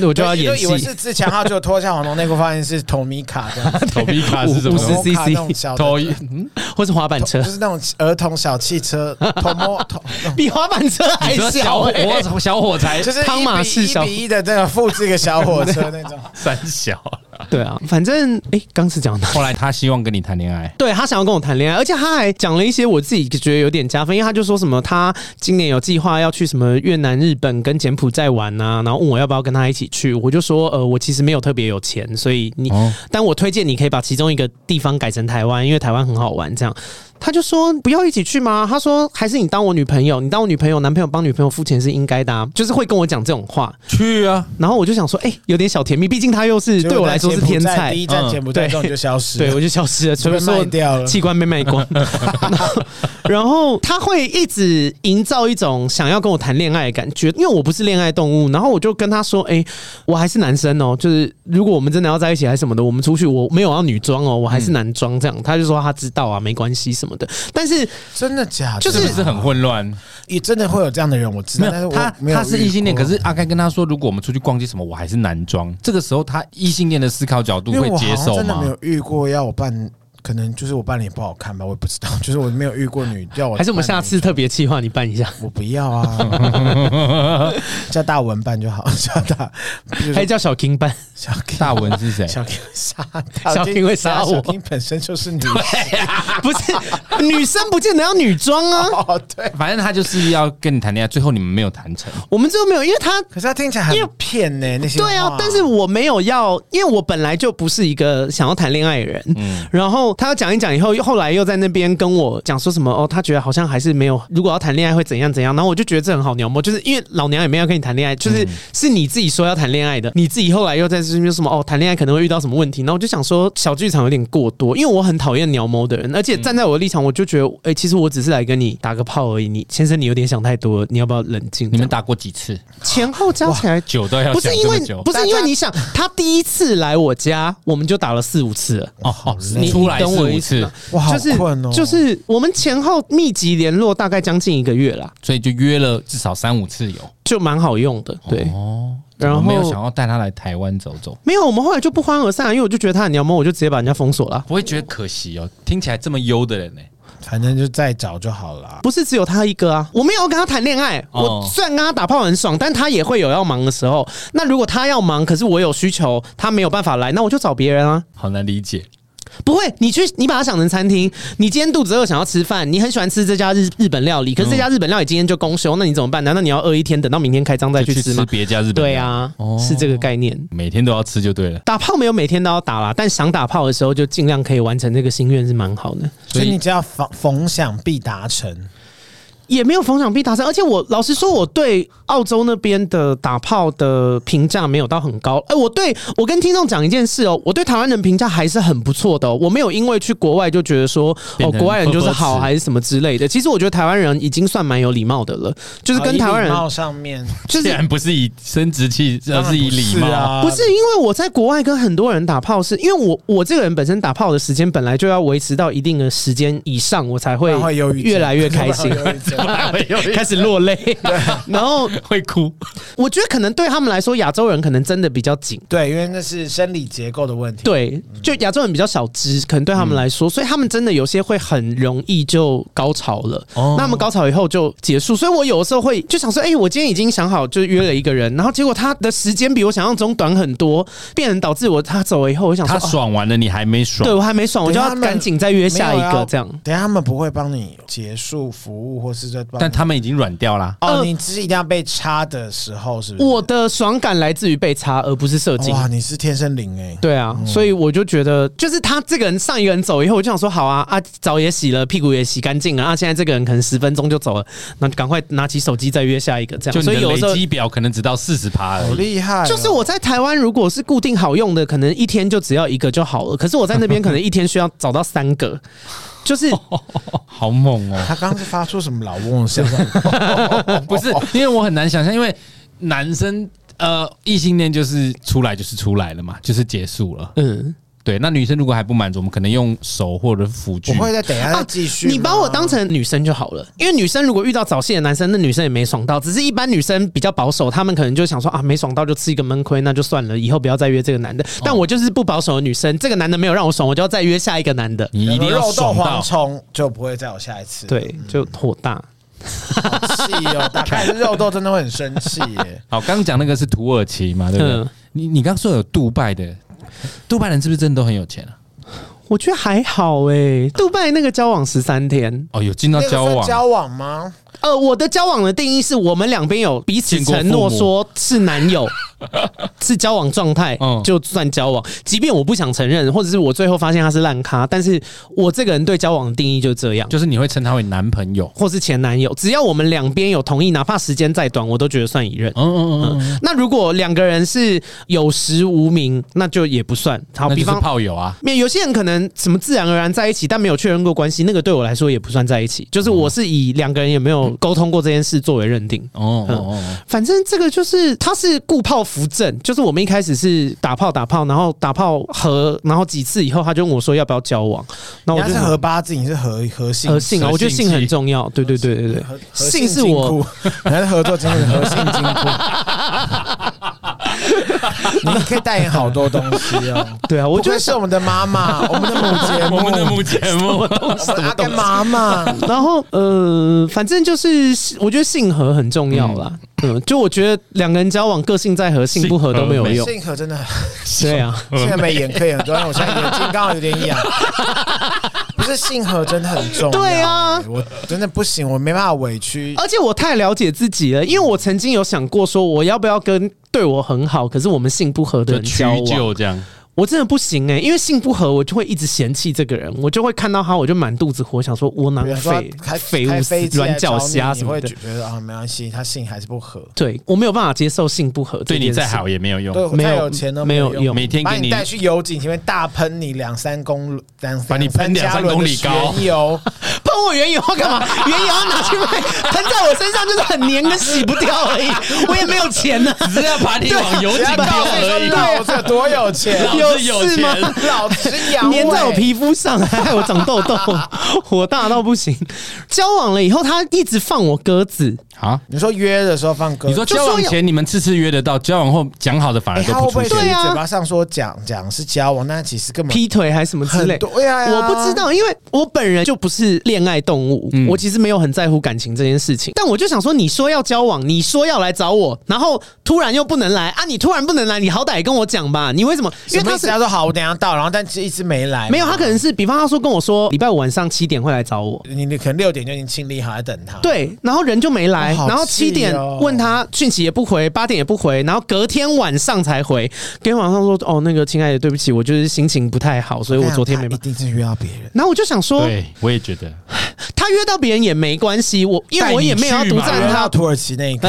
C: 呃我就要
B: 对
C: 演
B: 以为
C: 戏
B: 是。自强号，就脱下黄铜内裤，发现是头米卡这样
C: (laughs)
B: 子
A: 头皮卡是什么
C: 五？十
B: 头卡那种小的
A: 头嗯
C: 或是滑板车
B: (laughs) 就，是那种儿童小汽车，头
C: (laughs)
B: 摸头，
C: 比滑板车还
A: 你说
C: 小
A: 小
C: 欸
A: 火小火柴
B: 就是
C: 汤马士
B: 一
C: 小
B: 比一比一的那个复制一个小火车那种。
A: 三小。
B: 欸
C: 对啊，反正哎，刚
A: (laughs)
C: 是讲到。
A: 后来他希望跟你谈恋爱，
C: 对他想要跟我谈恋爱，而且他还讲了一些我自己觉得有点加分，因为他就说什么他今年有计划要去什么越南、日本跟柬埔寨玩啊，然后问我要不要跟他一起去，我就说呃我其实没有特别有钱，所以你、
A: 哦
C: 但我推荐你可以把其中一个地方改成台湾，因为台湾很好玩这样。他就说不要一起去吗？他说还是你当我女朋友，你当我女朋友，男朋友帮女朋友付钱是应该的、啊，就是会跟我讲这种话。
A: 去啊，
C: 然后我就想说，哎、有点小甜蜜，毕竟他又 (laughs) 是对我来说是天
B: 结果在
C: 菜
B: 第，一站
A: 嗯
B: 柬埔寨
C: 对
B: 之后你就消失了，
C: 对我就消 (laughs) 失了，除非
B: 被卖掉 (laughs) 了
C: 器官被卖光。然后他会一直营造一种想要跟我谈恋爱的感觉，因为我不是恋爱动物。然后我就跟他说：“哎、我还是男生哦，就是如果我们真的要在一起还是什么的，我们出去我没有要女装哦，
B: 嗯
C: 我还是男装这样。他就说他知道啊，没关系什么的。但是
B: 真的假的？
A: 是不是很混乱？
B: 也真的会有这样的人，我知
A: 没
B: 道，但是
A: 有，
B: 我
A: 他
B: 没有
A: 他是
B: 遇
A: 异性恋，
B: 过
A: 可是阿该跟他说，如果我们出去逛街什么，我还是男装。这个时候，他异性恋的思考角度
B: 因
A: 会
B: 为我好
A: 接
B: 像
A: 受
B: 真的
A: 吗
B: 没？有遇过要我扮，可能就是我扮脸不好看吧，我也不知道， (laughs) 就是我没有遇过女叫我，
C: 还是我们下次特别计划你办一下，
B: 我不要啊，
C: (laughs)
B: 叫大文扮就好， (laughs) 叫大就是
C: 还叫小 King
B: (laughs)
C: 办。
B: 小 King
A: 大文是谁？
B: 小 King 杀
C: 小 King 会杀我
B: 小 King 本身就是女
C: 不是女生不见得要女装
B: (laughs)
C: 啊， (laughs)
B: 哦，对，
A: 反正他就是要跟你谈恋爱，最后你们没有谈成。
C: 我们最后没有，因为他
B: 可是他听起来很骗呢，那些
C: 对啊
B: 话，
C: 但是我没有要，因为我本来就不是一个想要谈恋爱的人。
A: 嗯，
C: 然后他要讲一讲以后，又后来又在那边跟我讲说什么哦，他觉得好像还是没有，如果要谈恋爱会怎样怎样。然后我就觉得这很好牛摸，就是因为老娘也没有跟你谈恋爱，就是、是你自己说要谈恋爱的，你自己后来又在这边什么哦，谈恋爱可能会遇到什么问题。然后我就想说小剧场有点过多，因为我很讨厌鸟猫的人，而且站在我的立场，我就觉得哎、其实我只是来跟你打个炮而已。你先生，你有点想太多了，你要不要冷静？
A: 你们打过几次？
C: 前后加起来
A: 久到要
C: 不
A: 想
C: 是
A: 这
C: 因
A: 么
C: 为
A: 久
C: 不是因为你想，他第一次来我家，我们就打了四五次了。
A: 哦哦，
B: 累
A: 你出来
C: 等我
A: 四
C: 一
A: 五
C: 次
A: 次
C: 啊，
B: 我好
C: 就是
B: 困哦，
C: 就是我们前后密集联络大概将近一个月啦，
A: 所以就约了至少三五次有。
C: 就蛮好用的。对，
A: 哦，
C: 然后
A: 我没有想要带他来台湾走走，
C: 没有，我们后来就不欢而散，因为我就觉得他很娘们，我就直接把人家封锁了。
A: 不会觉得可惜哦。听起来这么优的人呢、欸
B: 反正就再找就好了啊。
C: 不是只有他一个啊，我没有跟他谈恋爱。
A: 哦
C: 我虽然跟他打炮很爽，但他也会有要忙的时候。那如果他要忙，可是我有需求，他没有办法来，那我就找别人啊。
A: 好难理解。
C: 不会，你去你把它想成餐厅，你今天肚子饿想要吃饭，你很喜欢吃这家日日本料理，可是这家日本料理今天就公休，那你怎么办？难道你要饿一天，等到明天开张再去
A: 就
C: 吃
A: 吃
C: 吗？
A: 别家日本料理
C: 对，啊，是这个概念。
A: 每天都要吃就对了。
C: 打炮没有每天都要打啦，但想打炮的时候就尽量可以完成这个心愿是蛮好的，
B: 所以你只要逢逢想必达成，
C: 也没有逢场必打成。而且我老实说，我对澳洲那边的打炮的评价没有到很高。哎、我对我跟听众讲一件事哦，我对台湾人评价还是很不错的、哦，我没有因为去国外就觉得说哦
A: 变成
C: 国外人就是好
A: 呵呵吃
C: 还是什么之类的。其实我觉得台湾人已经算蛮有礼貌的了，就是跟
B: 啊好以
C: 台湾
B: 礼
C: 人
B: 貌上面
C: 就
A: 既
C: 是
A: 然不是以生殖器，而是以礼貌。
B: 当然
C: 不
B: 不
C: 是啊
B: 是啊
C: 因为我在国外跟很多人打炮是，因为我我这个人本身打炮的时间本来就要维持到一定的时间以上，我才会
B: 啊，然后忧郁症
C: 越来越开心。
B: (laughs) 然后忧郁症
A: 不然会有
C: 开始落泪，然后
A: 会哭。
C: 我觉得可能对他们来说，亚洲人可能真的比较紧。
B: 对，因为那是生理结构的问题。
C: 对，就亚洲人比较少知，可能对他们来说，所以他们真的有些会很容易就高潮了。
A: 哦
C: 那他们高潮以后就结束，所以我有的时候会就想说，哎、我今天已经想好就约了一个人，然后结果他的时间比我想象中短很多，变成导致我他走了以后，我想说，
A: 他
C: 哦
A: 爽完了，你还没爽
C: 对，我还没爽，我就
B: 等一下
C: 要
B: 他们啊
C: 赶紧再约下一个这样。
B: 等一下他们不会帮你结束服务，或是在帮你。
A: 但他们已经软掉啦。
B: 哦，
C: 呃
B: 你是一定要被插的时候，是不是？
C: 我的爽感来自于被插，而不是射精。
B: 哇，你是天生灵哎、
C: 对
A: 哦
C: 啊，所以我就觉得，就是他这个人上一个人走以后，我就想说，好啊啊，澡也洗了，屁股也洗干净了，啊，现在这个人可能十分钟就走了，那就赶快拿起手机再约下一个，这
A: 就
C: 样。
A: 你
C: 所以
A: 的
C: 有时候
A: 累积表可能只到四十趴而
B: 好
A: 已。
B: 厉害哦、
C: 就是我在台湾，如果是固定好用的，可能一天就只要一个就好了。可是我在那边可能一天需要找到三个，就是
A: 好猛
C: (laughs)
A: 哦！
B: 他刚刚是发出什么老翁的声音？啊
A: 不是， (laughs) 因为我很难想象，因为男生呃异性恋就是出来就是出来了嘛，就是结束了。
C: 嗯，
A: 对，那女生如果还不满足，我们可能用手或者辅
B: 我
A: 具。
B: 会再等一
C: 哎
B: 下再继续啊吗、
C: 哦啊你把我当成女生就好了，因为女生如果遇到早泄的男生，那女生也没爽到，只是一般女生比较保守，她们可能就想说啊，没爽到就吃一个闷亏，那就算了，以后不要再约这个男的。但我就是不保守的女生，这个男的没有让我爽，我就要再约下一个男的。
A: 你一定要
B: 肉豆
A: 爽
B: 蝗
A: 到。
B: 虫就不会再有下一次。，
C: 对，就火大。
B: 好气哦！打开肉豆真的会很生气耶。
A: 好，刚刚讲那个是土耳其嘛，对不对
C: 嗯？
A: 你你刚说有杜拜的，杜拜人是不是真的都很有钱啊？
C: 我觉得还好诶、杜拜那个交往十三天，
A: 哦，有进到
B: 那个
A: 交
B: 算
A: 往，
B: 交往吗？
C: 呃，我的交往的定义是我们两边有彼此
A: 见过
C: 承诺
A: 父母
C: 说是
A: (laughs)
C: 男友，是交往状态，
A: 嗯
C: 就算交往。即便我不想承认，或者是我最后发现他是烂咖，但是我这个人对交往的定义就这样，
A: 就是你会称他为男朋友。
C: 或是前男友，只要我们两边有同意，哪怕时间再短，我都觉得算一任。
A: 嗯嗯嗯嗯，
C: 那如果两个人是有实无名，那就也不算。好，
A: 那
C: 比
A: 就是
C: 方
A: 炮友啊。
C: 没有有些人可能什么自然而然在一起，但没有确认过关系，那个对我来说也不算在一起。
A: 嗯
C: 就是我是以两个人有没有沟通过这件事作为认定。
A: 哦哦哦哦，
C: 反正这个就是它是固炮扶正，就是我们一开始是打炮打炮，然后打炮和，然后几次以后他就问我说要不要交往，那我
B: 人
C: 就
B: 家是合八字，你是合合性
C: 和性啊，
A: 和
C: 我觉得
A: 性
C: 性很
A: 器
C: 重要，对对对对对，
B: 合合
C: 性是我
B: 金库，人家是合作精神，合性金库。你可以代言好多东西哦。
C: 对啊，我
B: 我
C: 觉
B: 觉 (laughs)
C: 得
B: 得是我们的妈妈，我们的母节
A: (laughs)
B: 目，
A: 我们的母节目，
C: (laughs)
B: 我们阿甘妈妈。
C: 然后呃，反正就是我觉得性和很重要啦，嗯，就我觉得两个人交往个性再合，性不合都没有 (laughs) 用，
B: 性格真的，
C: 对啊，
B: 现在没眼科也很重要，我现在眼睛刚好有点
C: (laughs)
B: 痒。不是性格真的很重要，
C: 对啊哦
B: 我真的不行，我没办法委屈。
C: 而且我太了解自己了，因为我曾经有想过说我要不要跟对我很好，可是我们性不合
A: 就
C: 的人交
A: 屈
C: 往。
A: 就这样。
C: 我真的不行哎、因为性不合，我就会一直嫌弃这个人，我就会看到他，我就满肚子火，想说窝囊
B: 比如说
C: 废
B: 啊开、
C: 废
B: 开
C: 物
B: 飞、机来啊
C: 软脚
B: 找你
C: 虾
B: 你
C: 什么
B: 会
C: 的
B: 觉。得啊没关系，他性还是不合。
C: 对我没有办法接受性不合，
A: 对你再，好也没有用。
B: 对，
C: 没有
B: 再有钱都没
C: 没有
B: 用
C: 用。
A: 每天
B: 把
A: 给
B: 你
A: 你
B: 带去油井前面大喷你两三公两，
A: 把你喷
B: 两
A: 两
B: 三
A: 三
B: 加仑
A: 公
B: 的
A: 里高
B: 原
C: (laughs)
B: 油，
C: 喷我原油要
B: (laughs)
C: 干嘛？原油要拿去卖，喷在我身上就是很黏跟洗不掉
B: (laughs)
C: 而已，我也没有钱啊呢、
A: 只是要把你往油井
B: 只要
A: 丢
B: 告诉你说
A: 而
B: 老子有多有钱，
C: (laughs)
A: 已，老子
C: 啊有
A: 有
C: 事吗
A: 钱。
B: 老子是阳痿
C: 粘在我皮肤上，还害我长痘
B: (laughs)
C: 痘，火大到不行。交往了以后，他一直放我鸽子，
A: 好，
B: 你说约的时候放歌，
A: 你说
C: 就说
A: 交往
C: 有
A: 前你们次次约得到，交往后讲好的反
B: 哎
A: 而都
B: 他会
A: 不
B: 不
A: 出现。
B: 会其实
C: 对啊
B: 嘴巴上说讲讲是交往，那其实根本
C: 劈腿还是什么之类
B: 很。多啊哎呀，
C: 我不知。道，因为我本人就不是恋爱动物，
A: 嗯
C: 我其实没有很在乎感情这件事情。但我就想说，你说要交往，你说要来找我，然后突然又不能来啊！你突然不能来，你好歹也跟我讲吧，你为什么？因
B: 因
C: 为
B: 为
C: 他
B: 他
C: 是
B: 他说好，我等一下到，然后但是一直没来。
C: 没有，他可能是比方他说跟我说礼拜五晚上七点会来找我。
B: 你你可能六点就已经清理好，在等他。，
C: 对，然后人就没来，
B: 哦好
C: 然后
B: 气
C: 七点
B: 哦
C: 问他讯息也不回，八点也不回，然后隔天晚上才回。隔天晚上说哦，那个亲爱的，对不起，我就是心情不太好，所以我昨天没
B: 他
C: 办
B: 一
C: 法。
B: 定是约到别人。
C: 然后我就想说，
A: 对，我也觉得。
C: 他约到别人也没关系，我因为我也没有要独
A: 带
B: 约到
C: 占他，
B: 土耳其那一个，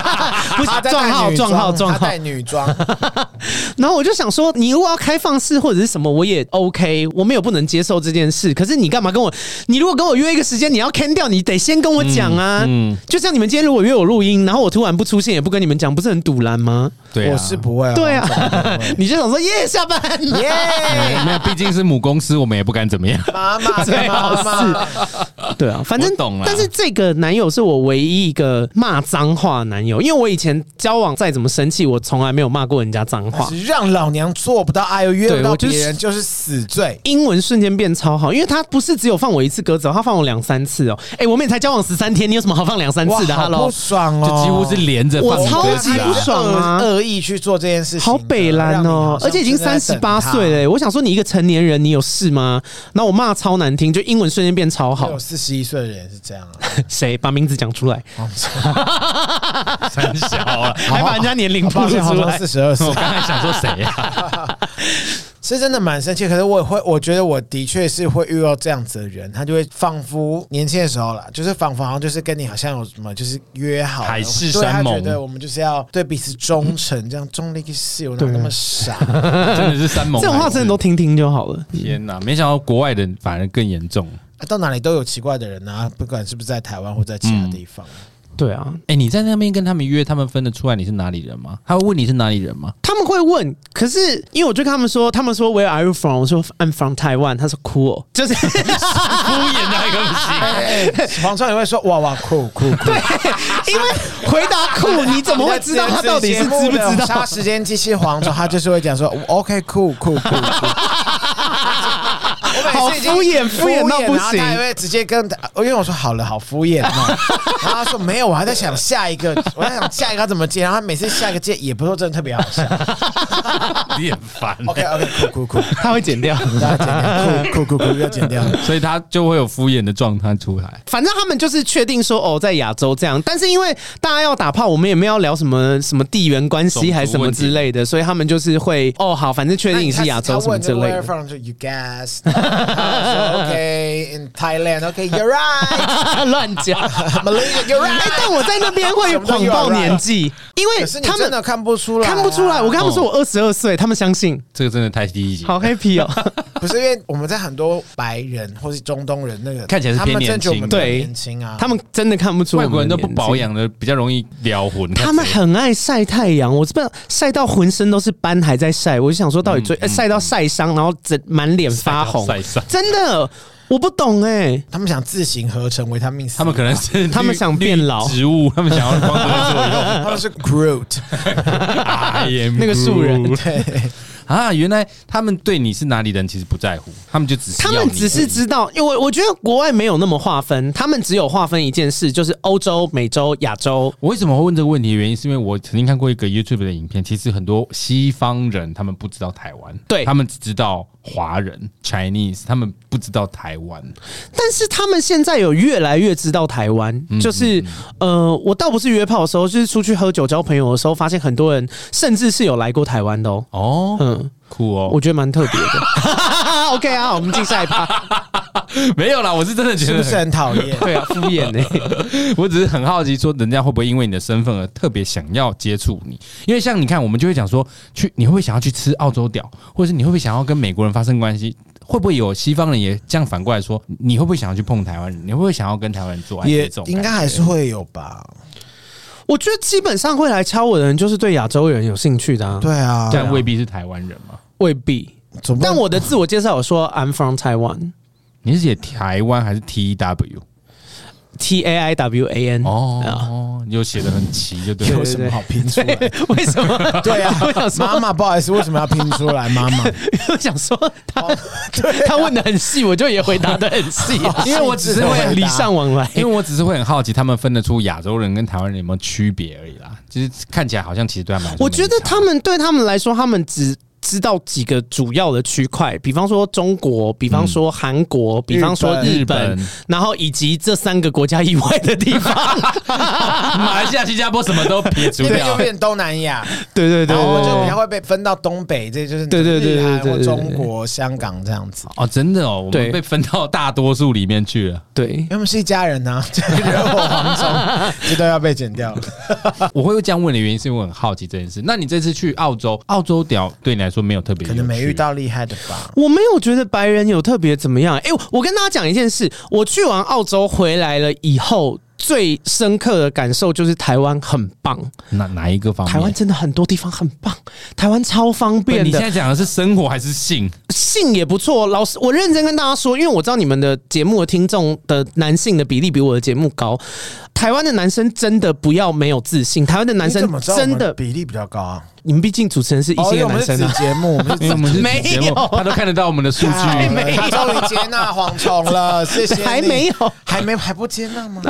C: (laughs) 不是
B: 他在带
C: 撞号
B: 女
C: 撞号撞
B: 他
C: 号
B: 带。女装，
C: 然后我就想说，你如果要开放式或者是什么，我也 OK，我没有不能接受这件事。可是你干嘛跟我？你如果跟我约一个时间，你要 can 掉，你得先跟我讲啊。
A: 嗯嗯
C: 就像你们今天如果约我录音，然后我突然不出现，也不跟你们讲，不是很堵拦吗？
A: 对啊，
B: 我是不会哦，
C: 对
B: 我真的
C: 啊
B: 不会，
C: (laughs) 你就想说耶，下班了。 (laughs)
B: 耶！
A: 哎没有，毕竟是母公司，我们也不敢怎么样。
B: 妈妈，
C: 最好
B: 妈妈，
C: 对啊，反正
A: 我懂啦
C: 但是这个男友是我唯一一个骂脏话的男友，因为我以前交往再怎么生气，我从来没有骂过人家脏话。
B: 是让老娘做不到爱，又约不
C: 对
B: 到
C: 我就是
B: 别人，就是死罪。
C: 英文瞬间变超好，因为他不是只有放我一次鸽子哦，他放我两三次哦。哎、我们也才交往十三天，你有什么好放两三
B: 哇，
C: 次的
B: 好
C: ？Hello，
B: 不爽
A: 就
B: 哦，
A: 几乎是连着
C: 我
A: 放鸽
C: 超
A: 子
C: 级
A: 啊
C: 不爽啊
B: 恶意去做这件事情的，
C: 好北蓝
B: 让你
C: 哦
B: 好，像
C: 而且已经
B: 就是在
C: 三十
B: 等
C: 八
B: 他
C: 岁了、欸。我想说，你一个成年人，你有事吗？那我骂超难听，就英文瞬间变超好
B: 有。四十一岁的人也是这
C: (laughs)
B: 样啊，
C: 谁把名字讲出来？
B: (laughs)
A: 三小啊。
C: 还把人家年龄
B: 抱
C: 暴露
B: 歉，好
C: 出
B: 像
C: 来？
B: 四十二岁
A: 我，刚才想说谁啊呀？
B: 是真的蛮生气。可是我也会，我觉得我的确是会遇到这样子的人，他就会仿佛年轻的时候啦，就是仿佛好像就是跟你好像有什么，就是约好了
A: 海誓
B: 对
A: 山盟
B: 他觉得我们就是要对彼此忠诚，这样忠了一个誓，我哪有那么傻？啊
A: 真的是三盟。
C: 这种话真的都听听就好了。
A: 天哪！没想到国外人反而更严重。
B: 啊到哪里都有奇怪的人啊，不管是不是在台湾或在其他地方。
C: 对啊，
A: 哎，你在那边跟他们约，他们分得出来你是哪里人吗？他会问你是哪里人吗？
C: 他们会问，可是因为我就跟他们说，他们说 Where are you from？我说 I'm from Taiwan。他说 Cool，就是
A: 敷
B: (laughs)
A: 衍那个不行。
B: 哎，哎黄川也会说哇哇酷酷酷，
C: 因为回答 Cool，你怎么会知道他到底是知不知道？
B: 杀时间机器蝗虫，他就是会讲说 OK 酷酷酷。
C: 好敷衍敷衍到不行
B: 然后他还会直接跟他，因为我说好了，好敷衍哦。然后他说没有，我还在想下一个，我在想下一个要怎么接。然后他每次下一个接也不是说真的特别好笑。
A: (laughs) 你很烦欸
B: OK OK 酷 (laughs) 酷酷，
C: 他会剪掉。
B: 大家剪掉，酷酷酷酷要剪掉。
A: 所以他就会有敷衍的状态出来。
C: (laughs) 反正他们就是确定说哦，在亚洲这样，但是因为大家要打炮，我们也没有要聊什么什么地缘关系还是什么之类的，所以他们就是会哦好，反正确定你是亚洲什么之类
B: 他问就 Where
C: 的。
B: from 就 You guess 然
C: (laughs)
B: 后说。OK in Thailand. OK you're right.
C: 乱讲。
B: Malaysia you're
C: 哎
B: right.，
C: 但我在那边会谎报年纪，因
B: 可
C: 为
B: 是你
C: 他
B: 真
C: (laughs) 们
B: 的看不出来啊、
C: 看不出来。我跟他们说我二十二岁，他们相信，
A: 这个真的太低级。
C: 好 happy 哦。
B: 不是因为我们在很多白人或是中东人那个
A: 看起来是
B: 他们
A: 偏
B: 真的觉得我
A: 年
B: 们
C: 轻
B: 比较
C: 对
B: 年轻啊，
C: 他们真的看不出我
A: 外
C: 们
A: 国人都
C: 的
A: 不
C: 年纪
A: 保。养的，比较容易撩啊魂。
C: 他们很爱晒太阳，我这边晒到浑身都是斑，还在晒。我就想说，到底最呃晒到晒伤，然后整满脸发红，
A: 嗯晒伤
C: 真的我不懂哎、
B: 他们想自行合成维他命 C，
A: 他们可能是绿
C: (laughs) 他们想变老
A: 绿植物，他们想要
C: (laughs)
A: 光合作用。
B: 他们是 Groot，
A: I am
C: 那个树人
A: Groot
C: (laughs)
B: 对，
A: 啊，原来他们对你是哪里人其实不在乎，他们就只是
C: 他
A: 要
C: 们
A: 你
C: 只是知道，因为我我觉得国外没有那么划分，他们只有划分一件事，就是欧洲、美洲、亚洲。
A: 我为什么会问这个问题？原因是因为我曾经看过一个 YouTube 的影片，其实很多西方人他们不知道台湾，
C: 对
A: 他们只知道华人 Chinese，他们不知道台湾。
C: 但是他们现在有越来越知道台
A: 嗯
C: 湾，就是呃，我倒不是约炮的时候，就是出去喝酒交朋友的时候，发现很多人甚至是有来过台湾的哦。
A: 哦，
C: 嗯，
A: 酷哦
C: 我，觉得蛮特别的。OK (laughs) 啊，我们进下一趴。
A: (laughs) 没有啦，我是真的觉
B: 是
A: 得
B: 不 (laughs) 是很讨厌？
C: 对啊，敷衍呢、
A: (laughs) 我只是很好奇，说人家会不会因为你的身份而特别想要接触你？因为像你看，我们就会讲说，去你会不会想要去吃澳洲屌，或者是你会不会想要跟美国人发生关系？会不会有西方人也这样反过来说，你会不会想要去碰台湾人？你会不会想要跟台湾人做爱？
B: 也
A: 这种
B: 应该
A: 感觉
B: 还是会有吧？
C: 我觉得基本上会来敲我的人，就是对亚洲人有兴趣的、啊，
B: 对啊，
A: 但未必是台湾人嘛。
C: 未必。
B: 总不
C: 但
B: 能
C: 我的自我介绍有说 I'm from Taiwan。
A: 你是写台湾还是 T E W？
C: T A I W A N (laughs) 啊
A: 哦，你有写的很齐，就对了。
B: 有什么好拼出来？
C: 为什么？
B: 对啊
C: (laughs) 我想，说啊
B: 妈妈，不好意思，为什么要拼出来？
C: (laughs)
B: 妈妈，
C: 我想说他、他问的很细，我就也回答的很细、啊
A: 因为我只是会
C: 礼尚往来。
A: (laughs) 因为我只是会很好奇，他们分得出亚洲人跟台湾人有没有区别而已啦。就是看起来好像其实对他们来说没差，
C: 我觉得他们对他们来说，他们只知道几个主要的区块，比方说中国，比方说韩国，比方说
A: 日
C: 日
A: 本
C: 本，然后以及这三个国家以外的地方。
A: (laughs) 马来西亚、新加坡什么都撇除
B: 因为
A: 掉
B: 就。变东南亚，
C: 对对
B: 然
C: 对
B: 后我哦
C: 对
B: 就比
C: 对
B: 较会被分到东北，这就是
C: 对对对
B: 日韩
C: 对对
B: 或
C: 对
B: 中国、香港这样子。
A: 哦，真的哦，我们
C: 对
A: 被分到大多数里面
C: (laughs)
A: 去了。
C: 对
B: 因为我们是一家人呐、啊， (laughs) 这个惹火蝗
C: (laughs)
B: 虫，这都要被剪掉了。
A: 我会这样问的原因，是因为我很好奇这件事。那你这次去澳洲，澳洲屌对你来说没有特别，
B: 可能没遇。到厉害的吧？
C: 我没有觉得白人有特别怎么样。哎、我跟大家讲一件事，我去完澳洲回来了以后。最深刻的感受就是台湾很棒，
B: 哦
A: 哪哪一个方面？
C: 台湾真的很多地方很棒，台湾超方
A: 不是
C: 便
A: 你现
C: 的，
A: 在讲的是生活还是性？
C: 性也不错。老师，我认真跟大家说，因为我知道你们的节目的听众的男性的比例比我的节目高。台湾的男生真的不要没有自信，台湾的男
B: 你
C: 生
B: 怎么知道我
C: 真
B: 们
C: 的，
B: 比例比较高啊？
C: 你们毕竟主持人是异
B: 哦因为
C: 性的
B: 我
C: 男
B: 们是
C: 生
B: 子
C: 啊，
B: 节目，我
C: (laughs)
B: 们
A: 因为
B: 是
A: 我们是
C: 没
A: 节目
C: 有，啊哎
A: 他都看得到我们的数
B: 还
A: 据。
B: 没终于接纳蝗虫
C: (laughs)
B: 了，谢谢你。
C: 还没有
B: 还没还不接纳吗？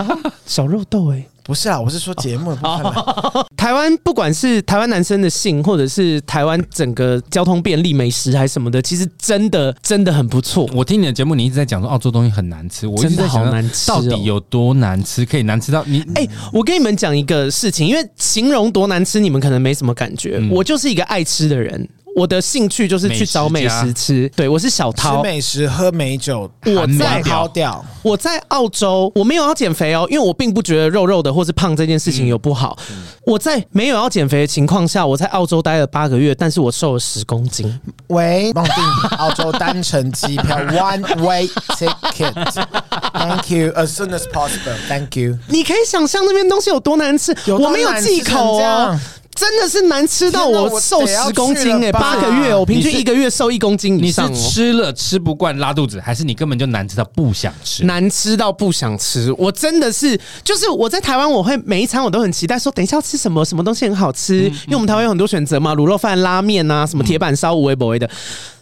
C: 小肉豆哎、
B: 不是啊，我是说节目的部分啊
C: 哦
B: 啦。
C: 台湾不管是台湾男生的性，或者是台湾整个交通便利、美食还是什么的，其实真的真的很不错。
A: 我听你的节目，你一直在讲说澳洲东西很难吃，我一直
C: 真的
A: 在
C: 好
A: 想
C: 难吃哦
A: 到底有多难吃，可以难吃到你
C: 哎、我跟你们讲一个事情，因为形容多难吃，你们可能没什么感觉。我就是一个爱吃的人，我的兴趣就是去找美食
A: 美食
C: 吃。对，我是小
B: 吃
C: 涛。
B: 美食，喝美酒，
C: 我
A: 韩
C: 在
A: 国
B: 高调。
C: 我在澳洲，我没有要减肥哦，因为我并不觉得肉肉的或是胖这件事情有不好。我在没有要减肥的情况下，我在澳洲待了八个月，但是我瘦了十公斤。
B: 喂，帮我订澳洲单程机票，one way ticket，thank you as soon as possible，thank you。
C: 你可以想象那边东西有多难吃，
B: 有多
C: 我没有忌口
B: 难吃成
C: 哦
B: 这样，
C: 真的是难吃到
B: 天哪
C: 我
B: 我
C: 瘦
B: 得要
C: 十公斤
B: 去
C: 哎、
B: 了吧
C: 八个月我平
A: 你
C: 均
A: 是
C: 一个月瘦一公斤以
A: 你是
C: 上哦。
A: 吃了吃不惯拉肚子，还是你根本就难吃到不想吃？
C: 难吃到不想吃，我真的是，就是我在台湾，我会每一餐我都很期待，说等一下要吃什么，什么东西很好吃，
B: 嗯
C: 因为我们台湾有很多选择嘛，卤肉饭、拉面啊，什么铁板烧、无为不为的。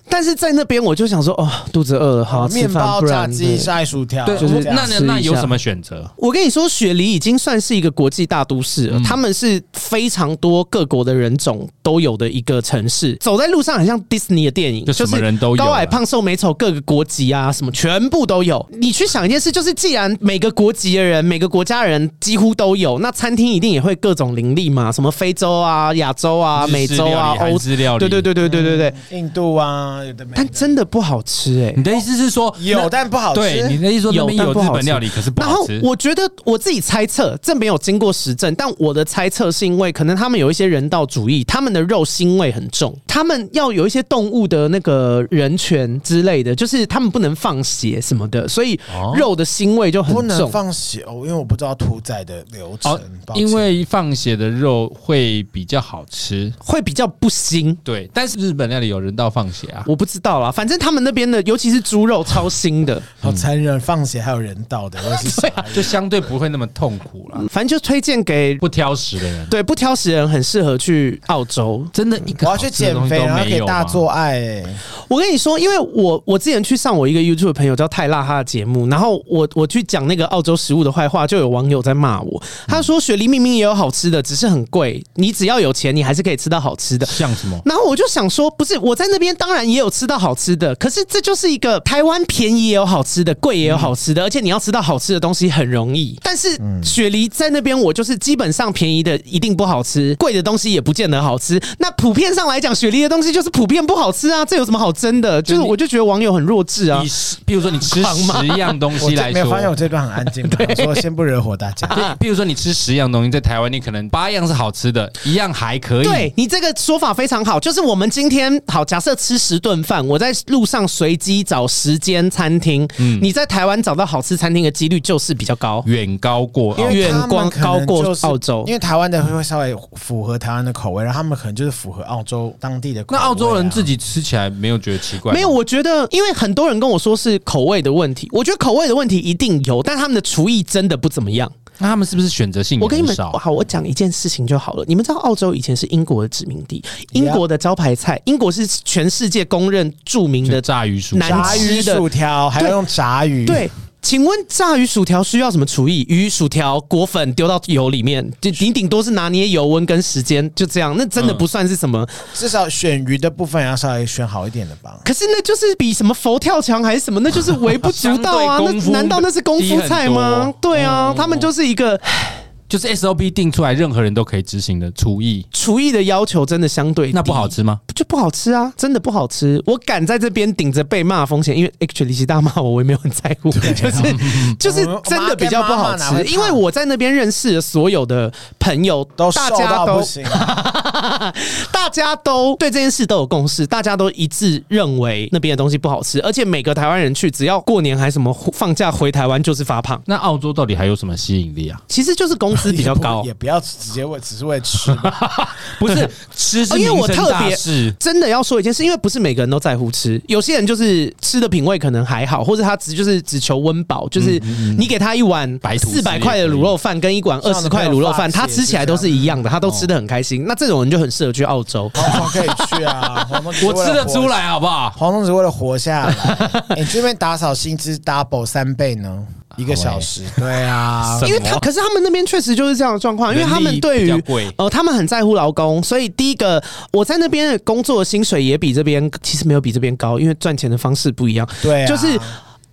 C: 但是在那边，我就想说，哦，肚子饿了，好吃
B: 面
C: 饭，
B: 包、
C: 不
B: 炸
C: 然
B: 鸡、
C: 对
B: 晒薯条，
A: 对，
B: 就是这样
A: 那那
C: 吃一下
A: 那有什么选择？
C: 我跟你说，雪梨已经算是一个国际大都市
A: 嗯
C: 了，他们是非常多各国的人种都有的一个城市。走在路上很像迪士尼的电影，
A: 就什么人都有啊
C: 高矮
A: 了
C: 胖瘦美丑各个国籍啊，什么全部都有。你去想一件事，就是既然每个国籍的人、每个国家的人几乎都有，那餐厅一定也会各种林立嘛，什么非洲啊、亚洲啊、
A: 日式
C: 美洲啊
A: 料、理
C: 欧
A: 韩式料理嗯
C: 对对对对对对对。
B: 印度啊，有的没的
C: 但真的不好吃哎、
A: 你的意思是说
B: 有，
A: 那
B: 但不好
A: 对你
B: 吃。
A: 的意思说那边
C: 有
A: 有
C: 但不
A: 日
C: 好吃
A: 本料理，可是不
C: 然
A: 好
C: 后
A: 吃。
C: 我觉得我自己猜测，这没有经过实证，但我的猜测是因为可能他们有一些人道主义，他们的肉腥味很重，他们要有一些动物的那个人权之类的，就是他们不能放血什么的，所以
A: 哦
C: 肉的腥味就很
B: 不能
C: 重。
B: 放血哦，因为我不知道屠宰的流程
A: 哦，，
B: 抱歉
A: 因为放血的肉会比较好吃，
C: 会比较不腥，
A: 对。但是日本料理有人道放血啊，
C: 我不知道啦。反正他们那边的，尤其是猪肉，超腥的。
A: 嗯
B: 好残忍，放血还有人道的，
A: (laughs)
B: 我是傻眼
A: 就相对不会那么痛苦啦。
C: 反正就推荐给
A: 不挑食的人，
C: 对不挑食的人，很适合去澳洲。
A: 真的一个
B: 我要
A: 好
B: 去
A: 吃的
B: 减
A: 东西
B: 肥，
A: 都
B: 然后
A: 没
B: 给
A: 有
B: 大
A: 吗
B: 家？做爱、欸。
C: 我跟你说，因为我我之前去上我一个 YouTube 朋友叫泰辣他的节目，然后我我去讲那个澳洲食物的坏话，就有网友在骂我，他说雪梨明明也有好吃的，只是很贵，你只要有钱，你还是可以吃到好吃的。
A: 像什么？
C: (laughs) 然后我就想说，不是我在那边当然也有吃到好吃的，可是这就是一个台湾便宜也有好吃的，贵也有好吃的，而且你要吃到好吃的东西很容
A: 嗯
C: 易。但是雪梨在那边，我就是基本上便宜的一定不好吃，贵的东西也不见得好吃。那普遍上来讲，雪梨的东西就是普遍不好吃啊，这有什么好争的？就是
A: 就你
C: 我就觉得网友很弱智啊
A: 你。十，比如说你吃
C: 胖吗
A: 十样东
B: 我
A: 西
B: 这
A: 来
B: 没有发现我
A: 说，
B: 这段很安
A: (laughs)
B: 静吗？我说先不惹火大家。
A: 对，比如说你吃十样东西，在台湾你可能八样是好吃的，一样还可以。
C: 对你这个说法非常好，就是我们今天好，假设吃十顿饭，我在路上随机找十间餐厅，
A: 嗯
C: 你在台湾找到好吃餐厅的几率就是比较高。
A: 远高过
B: 因
A: 澳
B: 为他们
C: 远光
B: 可能
C: 高过
B: 就是
C: 澳洲
B: 因为台湾的会稍微符合台湾的口味，然后他们可能就是符合澳洲当地的口味
A: 那
B: 啊、
A: 澳洲人自己吃起来没有觉得奇怪吗？
C: 没有，我觉得，因为很多人跟我说是口味的问题，我觉得口味的问题一定有，但他们的厨艺真的不怎么样。
A: 那他们是不是选择性
C: 我跟你
A: 也很
C: 们
A: 少？
C: 好，我讲一件事情就好了。你们知道澳洲以前是英国的殖民地，英
B: Yeah
C: 国的招牌菜，英国是全世界公认著名
A: 就
C: 的
A: 炸鱼薯
C: 难
A: 条
B: 炸鱼薯条，还要用炸鱼，
C: 对，请问炸鱼薯条需要什么厨艺？鱼薯条裹粉丢到油里面，就你顶多是拿捏油温跟时间，就这样，那真的不算是什么。
B: 至少选鱼的部分要稍微选好一点的吧。
C: 可是那就是比什么佛跳墙还是什么，那就是微不足道啊 (laughs)
A: 相。对功
C: 那
A: 夫
C: 难道那是功夫菜
A: 低
C: 吗
A: 很多？
C: 对啊，他们就是一个
A: 就是 SOP 定出来，任何人都可以执行的厨艺，
C: 厨艺的要求真的相对低
A: 那不好。吃吗？
C: 就不好吃啊，真的不好吃。我敢在这边顶着被骂的风险，因为 actually 是大骂我，我也没有很在乎， (laughs) 就是就是真的比较不好
B: 我妈跟妈妈哪会
C: 吃。
B: 怕
C: 因为我在那边认识的所有的朋友，
B: 都瘦
C: 大家
B: 到
C: 都
B: 不行，啊
C: 大家都对这件事都有共识，大家都一致认为那边的东西不好吃，而且每个台湾人去，只要过年还什么放假回台湾就是发胖，
A: 那澳洲到底还有什么吸引力啊？
C: (laughs) 其实就是工资比较 (laughs) 高
B: 也。不要直接为只是为了吃吧。
A: 不是吃是
C: 因为我
A: 民生
C: 特
A: 大
C: 别
A: 事
C: 真的要说一件事，因为不是每个人都在乎吃，有些人就是呃吃的品味可能还好，或者他只就是只求温饱，就是你给他一碗
A: 白吐司
C: 四百块的卤肉饭跟一碗二十块的卤肉饭，他吃起来都是一样的，他都吃的很开心。那这种人就很适合去澳洲。
B: 黄总可以去啊，黄总只是
A: 我
B: 为了
A: 吃得
B: 活
A: 出。来好不好？
B: 黄总只是为了活下来，你这边打扫薪资 double 三倍呢，一个小时。对啊，
A: 什么
C: 因为他可是他们那边确实就是这样的状啊况，因为他
A: 人力
C: 们对
A: 比较
C: 于
A: 贵
C: 呃他们很在乎劳工，所以第一个我在那边的工作的薪水也比这边其实没有比这边高，因为赚钱的方式不一样，
B: 对啊，
C: 就是。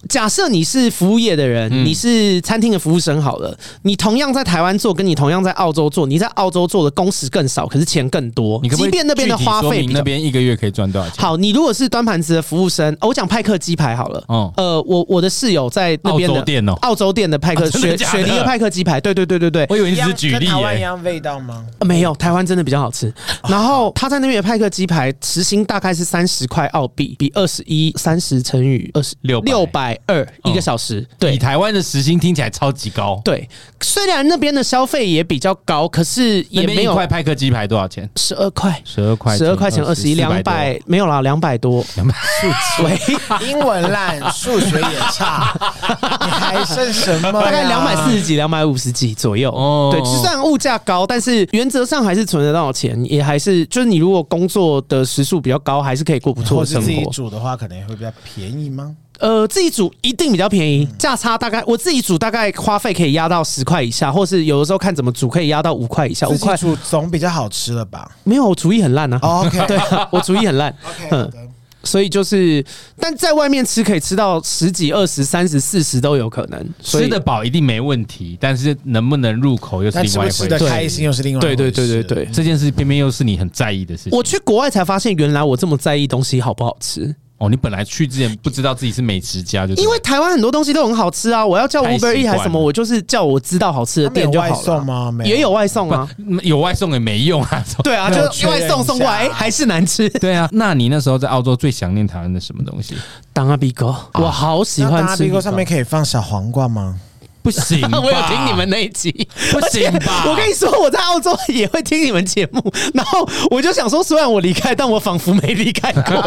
C: 假设你是服务业的人，
A: 嗯
C: 你是餐厅的服务生好了，你同样在台湾做，跟你同样在澳洲做，你在澳洲做的工时更少，可是钱更多。
A: 你可不可
C: 即
A: 以
C: 便那边的
A: 具体
C: 花
A: 说
C: 费
A: 明
C: 比较
A: 那边一个月可以赚多少钱？
C: 好，你如果是端盘子的服务生，哦我讲派克鸡排好了。
A: 哦
C: 呃，我我的室友在那边的
A: 澳洲店哦
C: 澳洲店的派克、
A: 啊真的
C: 雪
A: 假的
C: 雪梨的派克鸡排，对对对对对，
A: 我以为
B: 一
A: 你只
B: 样
A: 是举例欸
B: 跟台湾一
A: 耶、
B: 样味道吗？
C: 呃没有，台湾真的比较好吃。然后他在那边的派克鸡排时薪大概是三十块澳币，比二十一三十乘以二十
A: 600
C: 六百二一个小时，对
A: 以。台湾的时薪听起来超级高，
C: 对，虽然那边的消费也比较高，可是
A: 那
C: 也
A: 边
C: 没
A: 一
C: 有
A: 块派克鸡排多少钱？
C: 十二块，
A: 十二块，
C: 十二块钱二十一，两百没有啦，两百多。
A: 两百。
C: 喂，
B: (laughs) 英文烂，数学也差，你还剩什么呀？
C: 大概两百四十几、两百五十几左右。
A: 哦
C: 哦，对，就算物价高，但是原则上还是存得到钱，也还是就是你如果工作的时数比较高，还是可以过不错
B: 或
C: 的
B: 是
C: 生
B: 自己
C: 活。
B: 煮的话，可能会比较便宜吗？
C: 呃，自己煮一定比较
B: 嗯
C: 便宜，价差大概我自己煮大概花费可以压到十块以下，或是有的时候看怎么煮可以压到五块以下，五
B: 自己
C: 块
B: 煮总比较好吃了吧
C: 没有，我厨艺很烂啊。
B: 哦？OK，
C: (laughs) 对啊，我厨艺很烂。
B: OK，
C: 嗯
B: 好的
C: 所以就是，但在外面吃可以吃到十几、二十、三十、四十都有可能。所以
A: 吃得饱一定没问题，但是能不能入口又是
B: 那
A: 另
B: 吃
A: 外
B: 不
A: 一
B: 吃
A: 回
B: 的
A: 事。
B: 开心又是另外一
C: 对对对
B: 回
C: 对
B: 事
C: 对，
A: 这件事偏偏又是你很在意的事情。
C: 我去国外才发现，原来我这么在意东西好不好
B: 嗯
C: 吃。
A: 哦，你本来去之前不知道自己是美食家，就对
C: 因为台湾很多东西都很好吃啊，我要叫
A: 太习
C: Uber
A: 惯
C: E 还是什么，
A: 了
C: 我就是叫我知道好吃的
B: 他们
C: 店
B: 有
C: 就
B: 外
C: 好
B: 送啊
C: 了。
B: 吗？没
C: 也有外送啊，
A: 不有外送也没用啊。
C: 对啊，
B: 没有
C: 就是外送送过来，
B: 确认一下
C: 哎还是难吃。
A: 对啊，那你那时候在澳洲最想念台湾的什么东西？
C: 当阿比哥，我好喜
B: 那
C: 欢
B: 大
C: 吃
B: 鼻哥上面。可以放小皇冠吗？
A: 不行吧，
C: (laughs) 我有听你们那一集，
A: 不行吧？
C: 我跟你说，我在澳洲也会听你们节目， (laughs) 然后我就想说，虽然我离开，但我仿佛没离开过。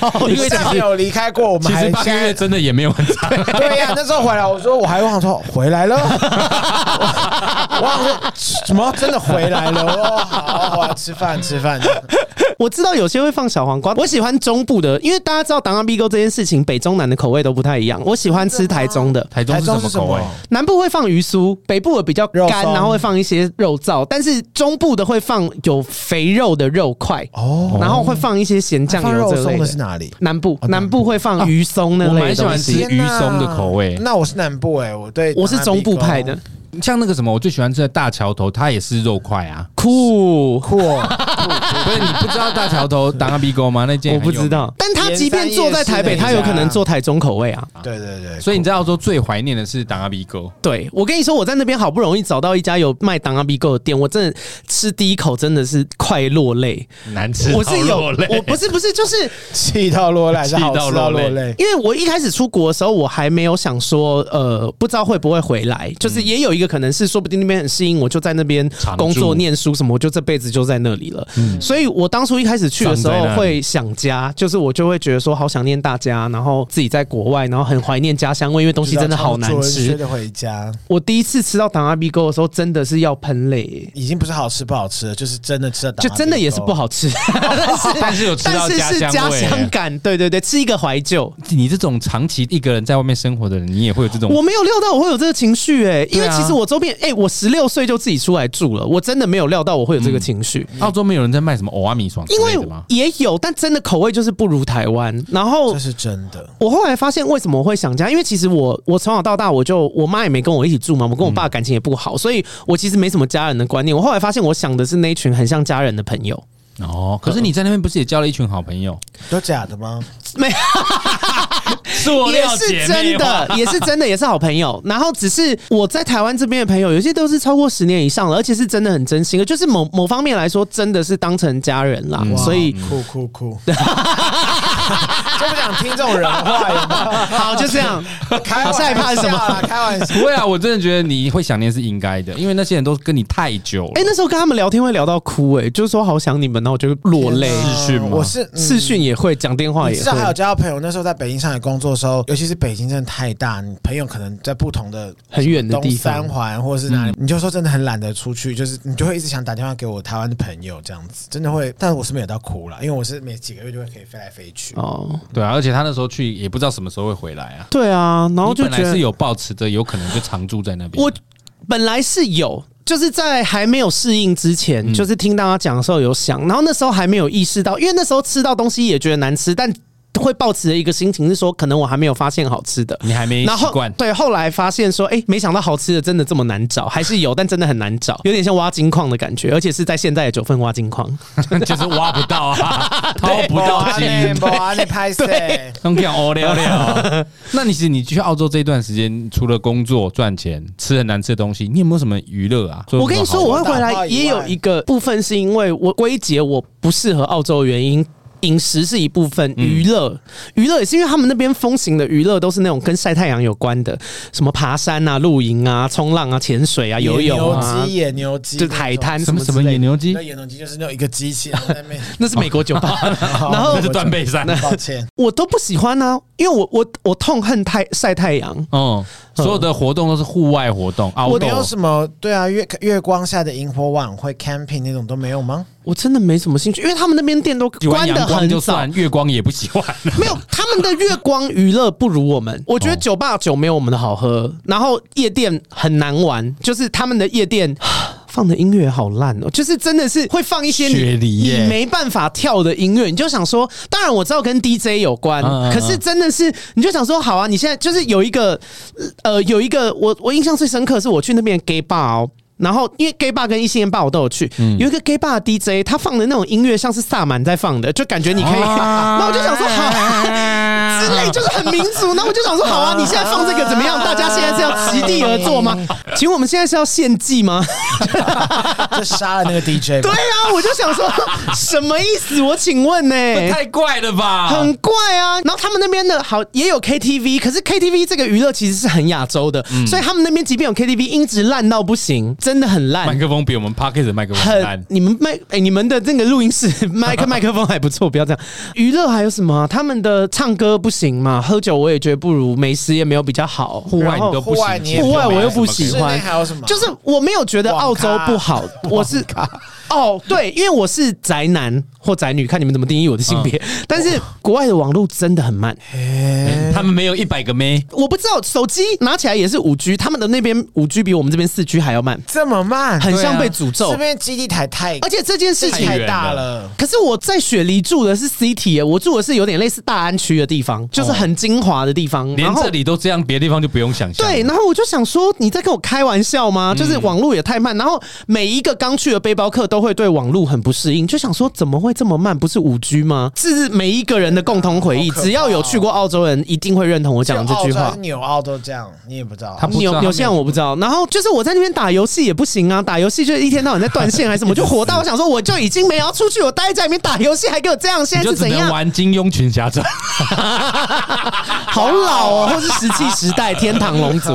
C: 好
B: 因为
C: 笑
B: 上次有离开过，我们
A: 其
B: 还
A: 实八个
B: 现在
A: 月真的也没有很长，
B: 对呀、那时候回来，我说我还想说回来了， (laughs) 我忘了什么真的回来了哦，好，我要吃饭吃饭。
C: 我知道有些会放小黄瓜，我喜欢中部的，因为大家知道当阿 B 哥这件事情，北中南的口味都不太一样。我喜欢吃台中的，
A: (laughs) 台中
B: 台
A: 是什
B: 中
A: 么
B: 是什
A: 口
B: 么
A: 味？？
C: 南部会放鱼酥，北部的比较
B: 肉
C: 干，
B: 松
C: 然后会放一些肉燥，但是中部的会放有肥肉的肉块，
B: 哦，
C: 然后会放一些咸酱
B: 放
C: 油
B: 肉
C: 这类
B: 松的是
C: 的。
B: 哪里？
C: 南部南部会放鱼松那
A: 我
C: 类
A: 蛮
C: 的
A: 喜
C: 东
A: 欢吃
C: 西。
A: 鱼松的口味
B: 天哪那我是南部哎、我对
C: 我是中部派的，
A: 像那个什么，我最喜欢吃的大桥头，它也是肉块 (laughs) 啊。
C: 酷，
B: 酷哦、
A: 不是你不知道大桥头当阿 B 哥吗？那件
C: 我
A: 很有
C: 不
A: 名
C: 知。道。但他即便坐在台北，
B: 盐山夜市那一家
C: 他有可能做台中口味啊。
B: 对对对，
A: 所以你在澳洲最怀念的是当阿 B 哥，
C: 对，我跟你说，我在那边好不容易找到一家有卖当阿 B 哥的店，我真的吃第一口真的是快落泪。
A: 难吃
C: 我是有，我不 (laughs)
A: 是
C: 是不是，就是
B: 气到落泪，还是好
A: 气到
B: 吃
A: 落
B: 到
A: 泪
B: 落泪。
C: 因为我一开始出国的时候，我还没有想说，呃，不知道会不会回来，就是也有一个可能是，说不定那边很适应，我就在那边
A: 常住嗯
C: 工作、念书什么，我就这辈子就在那里了。所以我当初一开始去的时
A: 长在
C: 候
A: 那里
C: 会想家，就是我就会觉得说好想念大家，然后自己在国外，然后很怀念家乡味，因为东西真的好难
B: 追
C: 吃。
B: 的回家，
C: 我第一次吃到糖阿 B 沟的时候，真的是要喷泪、
B: 已经不是好吃不好吃了，就是真的吃的，
C: 就真的也是不好吃，但是
A: 但是有哦吃到
C: (laughs) 但是是
A: 家乡
C: 家
A: 味
C: 乡感，对对对，吃一个怀旧。
A: 你这种长期一个人在外面生活的人，你也会有这种
C: 我没有料到我会有这个情绪哎、因
A: 对
C: 为
A: 啊
C: 其实我周边哎、我十六岁就自己出来住了，我真的没有料到我会有这个情绪。
A: 澳洲没有人在卖什么欧阿米爽之
C: 因
A: 类
C: 为
A: 的吗？
C: 也有，但真的口味就是不如台湾。然后
B: 这是真的。
C: 我后来发现为什么我会想家，因为其实我我从小到大我就我妈也没跟我一起住嘛，我跟我爸感情也不好，所以我其实没什么家人的观念。我后来发现我想的是那一群很像家人的朋友，
A: 哦，可是你在那边不是也交了一群好朋友？
B: 都假的吗？
A: 塑
C: 也是真的，
A: (laughs)
C: 也是真的，也是好朋友。然后只是我在台湾这边的朋友，有些都是超过十年以上了，而且是真的很真心的，就是某某方面来说，真的是当成家人啦。
B: 哇
C: 嗯所以
B: 酷酷酷， (laughs) 就不想听这种人话有没有，
C: 好，就这样。
B: 开
C: 好像也怕
B: 玩
C: 什
B: 笑
C: 么
B: 啦，开玩
C: (laughs)
B: 笑。
A: 不会啊，我真的觉得你会想念是应该的，因为那些人都跟你太久了。
C: 哎、那时候跟他们聊天会聊到哭、哎，就是说好想你们，然后我就落泪。
A: 视讯吗
B: 我是嗯
C: 视讯也会，讲电话
B: 你
C: 哦也
B: 至少还有
C: 会，
B: 交到朋友。那时候在北京、上海工作的时候，尤其是北京真的太大，你朋友可能在不同的
C: 很远的
B: 东
C: 地
B: 三
C: 方。嗯
B: 环或者是哪里，你就说真的很懒得出去，就是你就会一直想打电话给我台湾的朋友这样子，真的会。但我是没有到哭了，因为我是每几个月就会可以飞来飞去。
C: (laughs) 哦，
A: 对啊，而且他那时候去也不知道什么时候会回来啊。
C: 对啊，然后
A: 你
C: 就
A: 本
C: 觉
A: 来
C: 得
A: 是有抱持着有可能就常住在那边。
C: 我本来是有，就是在还没有适应之
A: 嗯
C: 前，就是听到他讲的时候有想，然后那时候还没有意识到，因为那时候吃到东西也觉得难吃，但会抱持的一个心情是说，可能我还没有发现好吃的。
A: 你还没
C: 然
A: 习
C: 后 (laughs)
A: 惯，
C: 对，后来发现说，哎、没想到好吃的真的这么难找，还是有，但真的很难找，有点像挖金矿的感觉，而且是在现在的九份挖金矿。
A: 就是挖不到啊，
C: (laughs)
A: 掏不到金。
B: 不啊，哦你拍谁？
A: 刚讲哦聊
C: (laughs)
A: 聊，那你其实你去澳洲这一段时间，除了工作赚钱、吃很难吃的东西，你有没有什么娱乐啊？
C: 我跟你说，我会回
B: 打炮
C: 来
B: 以外
C: 也有一个部分是因为我归结我不适合澳洲的原因。饮食是一部分，娱
A: 嗯
C: 乐娱乐也是因为他们那边风行的娱乐都是那种跟晒太阳有关的，什么爬山啊、露营啊、冲浪啊、潜水啊、 (laughs) 游泳
B: 野牛
C: 啊
B: 机、，野牛机，
C: 就是海滩
A: 什么
C: 什
A: 什么
C: 么之类的
A: 野牛机
B: 那，野牛机就是那种一个机器，然后在那边。 (laughs)
C: 那是美国酒
A: (laughs)
C: 吧。 (laughs) 然后
A: 哦那是断背山。
B: 抱歉，
C: 我都不喜欢啊，因为我我我痛恨太晒太阳。
A: 哦，所有的活动都是户外活动，啊，
B: 我没有什么对啊，月月光下的萤火晚会、camping 那种都没有吗？
C: 我真的没什么兴趣，因为他们那边店都
A: 喜
C: 关
A: 欢
C: 的
A: 阳光
C: 很
A: 就
C: 早，
A: 算，月光也不喜欢。
C: 没有，他们的月光娱乐不如我们。我觉得酒吧酒没有我们的好喝，然后夜店很难玩，就是他们的夜店。放的音乐好烂哦，就是真的是会放一些
A: 雪
C: 你
A: 梨耶
C: 你没办法跳的音乐，你就想说，当然我知道跟 DJ 有关，
A: 嗯嗯嗯
C: 可是真的是你就想说，好啊，你现在就是有一个呃，有一个我我印象最深刻是我去那边的 gay bar 哦。然后，因为 gay bar 跟异性恋 bar 我都有去，有一个 gay bar 的 DJ，他放的那种音乐像是萨满在放的，就感觉你可以。
A: 啊
C: (laughs) 那、我就想说，好， (laughs) 之类，就是很民族。那我就想说，好啊，你现在放这个怎么样？大家现在是要席地而坐吗？请问我们现在是要献祭吗？
B: (laughs) 就杀了那个 DJ
C: (laughs) 对
B: 吧。
C: 啊，我就想说，什么意思？我请问呢、
A: 太怪了吧？
C: 哎很怪啊。然后他们那边的好也有 KTV，可是 KTV 这个娱乐其实是很亚洲的，所以他们那边即便有 KTV，音质烂到不行，真的很烂
A: 麦。克风比我们 p o c k e t 的麦克风烂
C: 很，。你们麦哎、你们的那个录音室 (laughs) 麦克麦克风还不错，不要这样。娱乐还有什么啊、他们的唱歌不行嘛，喝酒我也觉得不如，美食也没有比较好，户
A: 户外
C: 然后
A: 你都不
B: 户外你
A: 喜
B: 也
A: 欢，
C: 户外我又不喜
B: 室
C: 欢
B: 内还有什么？
C: 就是我没有觉得澳洲不好，
A: (laughs)
C: 我是哦对，因为我是宅男或宅女，看你们怎么定义我的性别。
A: 嗯
C: (laughs) 但是国外的网络真的很慢，哎
A: 他们没有一百个妹，
C: 我不知道手机拿起来也是五 G，他们的那边五 G 比我们这边四 G 还要慢，
B: 这么慢，
C: 很像被
A: 对啊
C: 诅咒
B: 这。边基地台太
C: 而且这件事情
A: 太
B: 太
A: 远
B: 大
A: 了
B: 了。
C: 可是我在雪梨住的是 city，耶我住的是有点类似大安区的地方，就是很精华的地方。然
A: 哦连
C: 后
A: 这里都这样，别的地方就不用想象。
C: 对，然后我就想说，你在跟我开玩笑吗？就是网络也太慢，然后每一个刚去的背包客都会对网络很不适应，就想说怎么会这么慢？不是五 G 吗？这是每一个人的共同回忆，
B: 好可怕哦
C: 只要有去过澳洲人，一定会认同我讲的这句
B: 就澳洲
C: 话
B: 跟。纽澳都这样，你也不知道
A: 他。不知道
C: 有
A: 他
C: 有
A: 们
C: 些人我不知道，然后就是我在那边打游戏也不行啊，打游戏就是一天到晚在断线还是什么，我就火到我想说我就已经没有要出去，我待在里面打游戏还给我这样，现
A: 你
C: 在
A: 就是只
C: 怎
A: 能
C: 样？
A: 玩金庸群侠
C: (laughs)
A: 传，
C: 好老哦，或是石器时代天堂龙族。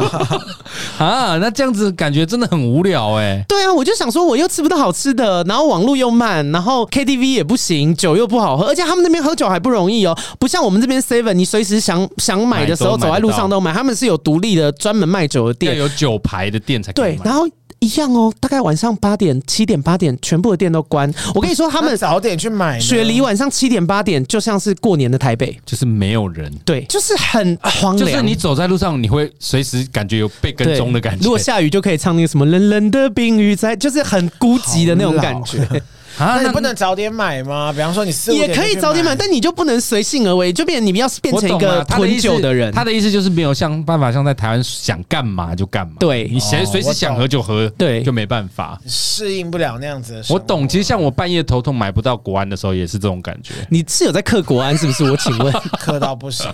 A: 啊，那这样子感觉真的很无聊哎、
C: 对啊，我就想说，我又吃不到好吃的，然后网络又慢，然后 KTV 也不行，酒又不好喝，而且他们那边喝酒还不容易哦，不像我们这边 Seven，你随时想想买的时候
A: 买都买得
C: 走在路上
A: 到
C: 都买，他们是有独立的专门卖酒的
A: 要
C: 店。
A: 有酒牌的店才可以
C: 对
A: 买，
C: 然后一样哦，大概晚上八点、七点、八点，全部的店都关。我跟你说，他
B: 他
A: (laughs)
C: 们
B: 早点去买呢
C: 雪梨晚上七点、八点，就像是过年的台北，
A: 就是没有人。
C: 对，就是很荒
A: 就
C: 凉。
A: 是你走在路上，你会随时感觉有被跟
C: 对
A: 踪的感觉。
C: 如果下雨就可以唱那个什么冷冷的冰雨在，就是很孤寂的那种感觉。
A: 啊
B: 那你不能早点买吗？比方说你四五
C: 也
B: 点
C: 可以
B: 就去
C: 早点买，但你就不能随性而为，就变你们要变
A: 我
C: 成一
A: 懂啊
C: 个
A: 了他的意
C: 囤
A: 思
C: 酒的人。
A: 他的意思就是没有像办法像在台湾想干嘛就干嘛，
C: 对
A: 你
B: 哦
A: 谁随时
B: 我
A: 想
B: 懂
A: 喝就喝，
C: 对
A: 就没办法。
B: 适应不了那样子的生
A: 我
B: 活。
A: 懂，其实像我半夜头痛买不到国安的时候，也是这种 (laughs) 感觉，
C: 你是有在克国安是不是？我请问，
B: 磕到不
C: (laughs)
B: 行，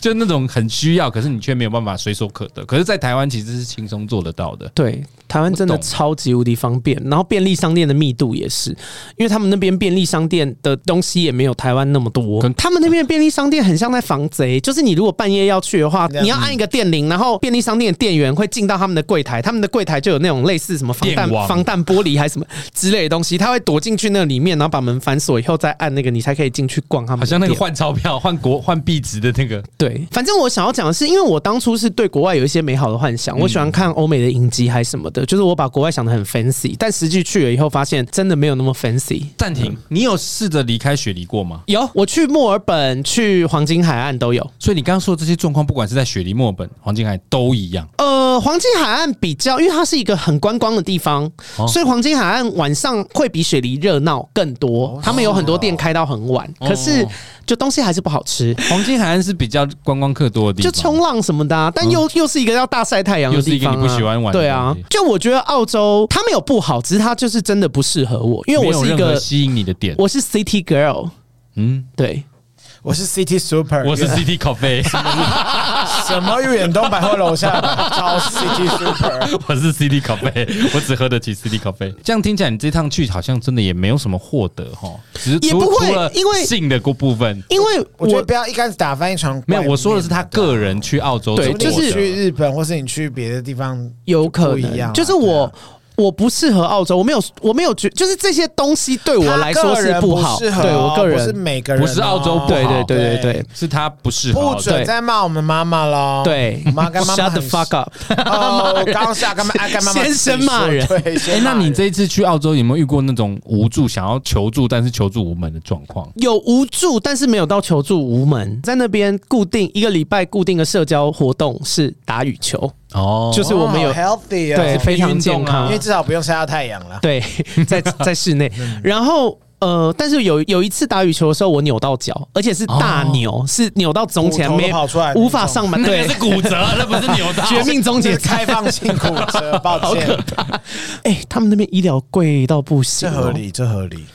A: 就那种很需要，可是你却没有办法随手可得。可是，在台湾其实是轻松做得到的。
C: 对，台湾真
A: 我
C: 的
A: 懂
C: 超级无敌方便，然后便利商店的密度也是，因为他们那边便利商店的东西也没有台湾那么多
A: 跟。
C: 他们那边的便利商店很像在防贼，就是你如果半夜要去的话，
A: 啊
B: 这样
C: 你要按一个电铃，然后便利商店的店员会进到他们的柜台，他们的柜台就有那种类似什么防弹
A: 电网
C: 防弹玻璃还是什么之类的东西，他会躲进去那里面，然后把门反锁以后再按那个，你才可以进去逛他们的
A: 好
C: 店。
A: 像那个换钞 (laughs) 票、换国、换币值的那个，
C: 对，反正我想要讲的是，因为我当初是对国外有一些美好的幻想，我喜欢看欧美的影集还是什么的，就是我把国外想的很 fancy，但实际去了以后发现真的没有那么 fancy。
A: 暂停。嗯你有试着离开雪梨过吗？
C: 有，我去墨尔本、去黄金海岸都有。
A: 所以你刚刚说的这些状况，不管是在雪梨、墨尔本、黄金海岸都一样。
C: 呃，黄金海岸比较，因为它是一个很观光的地方，
A: 哦
C: 所以黄金海岸晚上会比雪梨热闹更多。他们有很多店开到很晚，
A: 哦
C: 可是就东西还是不好吃。
A: 黄金海岸是比较观光客多的地
C: 就
A: 方，嗯
C: 冲浪什么的、啊，但又、又是一个要大晒太阳的
A: 又是
C: 地
A: 一个
C: 方、啊，
A: 你不喜欢玩的
C: 对啊
A: 东西，
C: 就我觉得澳洲它没有不好，只是它就是真的不适合我，因为我
A: 没有
C: 是一
A: 任何
C: 个
A: 吸引你的点。
C: 我是 City Girl，
A: 嗯，
C: 对，
B: 我是 City Super，
A: 我是 CT Coffee， (laughs)
B: 什么远东百货楼下的超 City Super。
A: 我是 CD 咖啡，我只喝得起 CD 咖啡。这样听起来，你这趟去好像真的也没有什么获得哈，只是
C: 也
A: 除
C: 不会
A: 除了
C: 因为
A: 性的部分
C: 因为
B: 我觉得
C: 我
B: 不要一开啊始打翻一床。
A: 没有。我说的是他个人去澳洲，
C: 对
B: 对，就
C: 就是
B: 是去日本，或是你去别的地方，
C: 有可
B: 就不一样
C: 能
B: 啊
C: 就是我、我不适合澳洲，我没有我没有觉，就是这些东西对我来说
B: 他个
C: 是
B: 人
C: 不
B: 不
C: 好，
B: 适合
C: 对
B: 哦
C: 我个
B: 不是
C: 人
B: 每个人哦，
A: 不是澳洲不好
C: 对对对对
B: 对
C: 对
A: 是他不适合澳
B: 不
A: 洲。
B: 准再骂我们妈妈喽。
C: 对
B: 我妈跟妈妈
C: (laughs) ，Shut the
B: 很
C: fuck up！
B: 哦，我刚下跟妈啊跟妈妈
C: 先生
B: 自己说
C: 骂人
B: 对，
A: 哎、
B: 先骂
A: 那你
B: 人
A: 这一次去澳洲有没有遇过那种无助想要求助但是求助无门的状况？
C: (laughs) 有无助，但是没有到求助无门，在那边固定一个礼拜固定的社交活动是打羽球，
A: 哦
C: 就是我们有
B: 哦 healthy 啊
C: 对，非常健
A: 运动啊
C: 康，
B: 因为至少不用晒到太阳
C: (laughs)
B: 了。
C: 对，
A: (laughs)
C: 在在室内，
A: 嗯
C: 然后。呃，但是有有一次打羽球的时候，我扭到脚，而且是
A: 哦
C: 大扭，是扭到肿起来，
B: 骨头都
C: 没
B: 跑出来
C: 无法
A: (laughs)
C: 上班，对，
A: 骨折，那不是扭到
C: (laughs) 绝命终
B: 这
C: 结
B: 是开
C: 菜。
B: 放性骨
C: (laughs)
B: 折，抱歉，
C: 哎、他们那边医疗贵到不行、哦
B: 这合，理，这合理。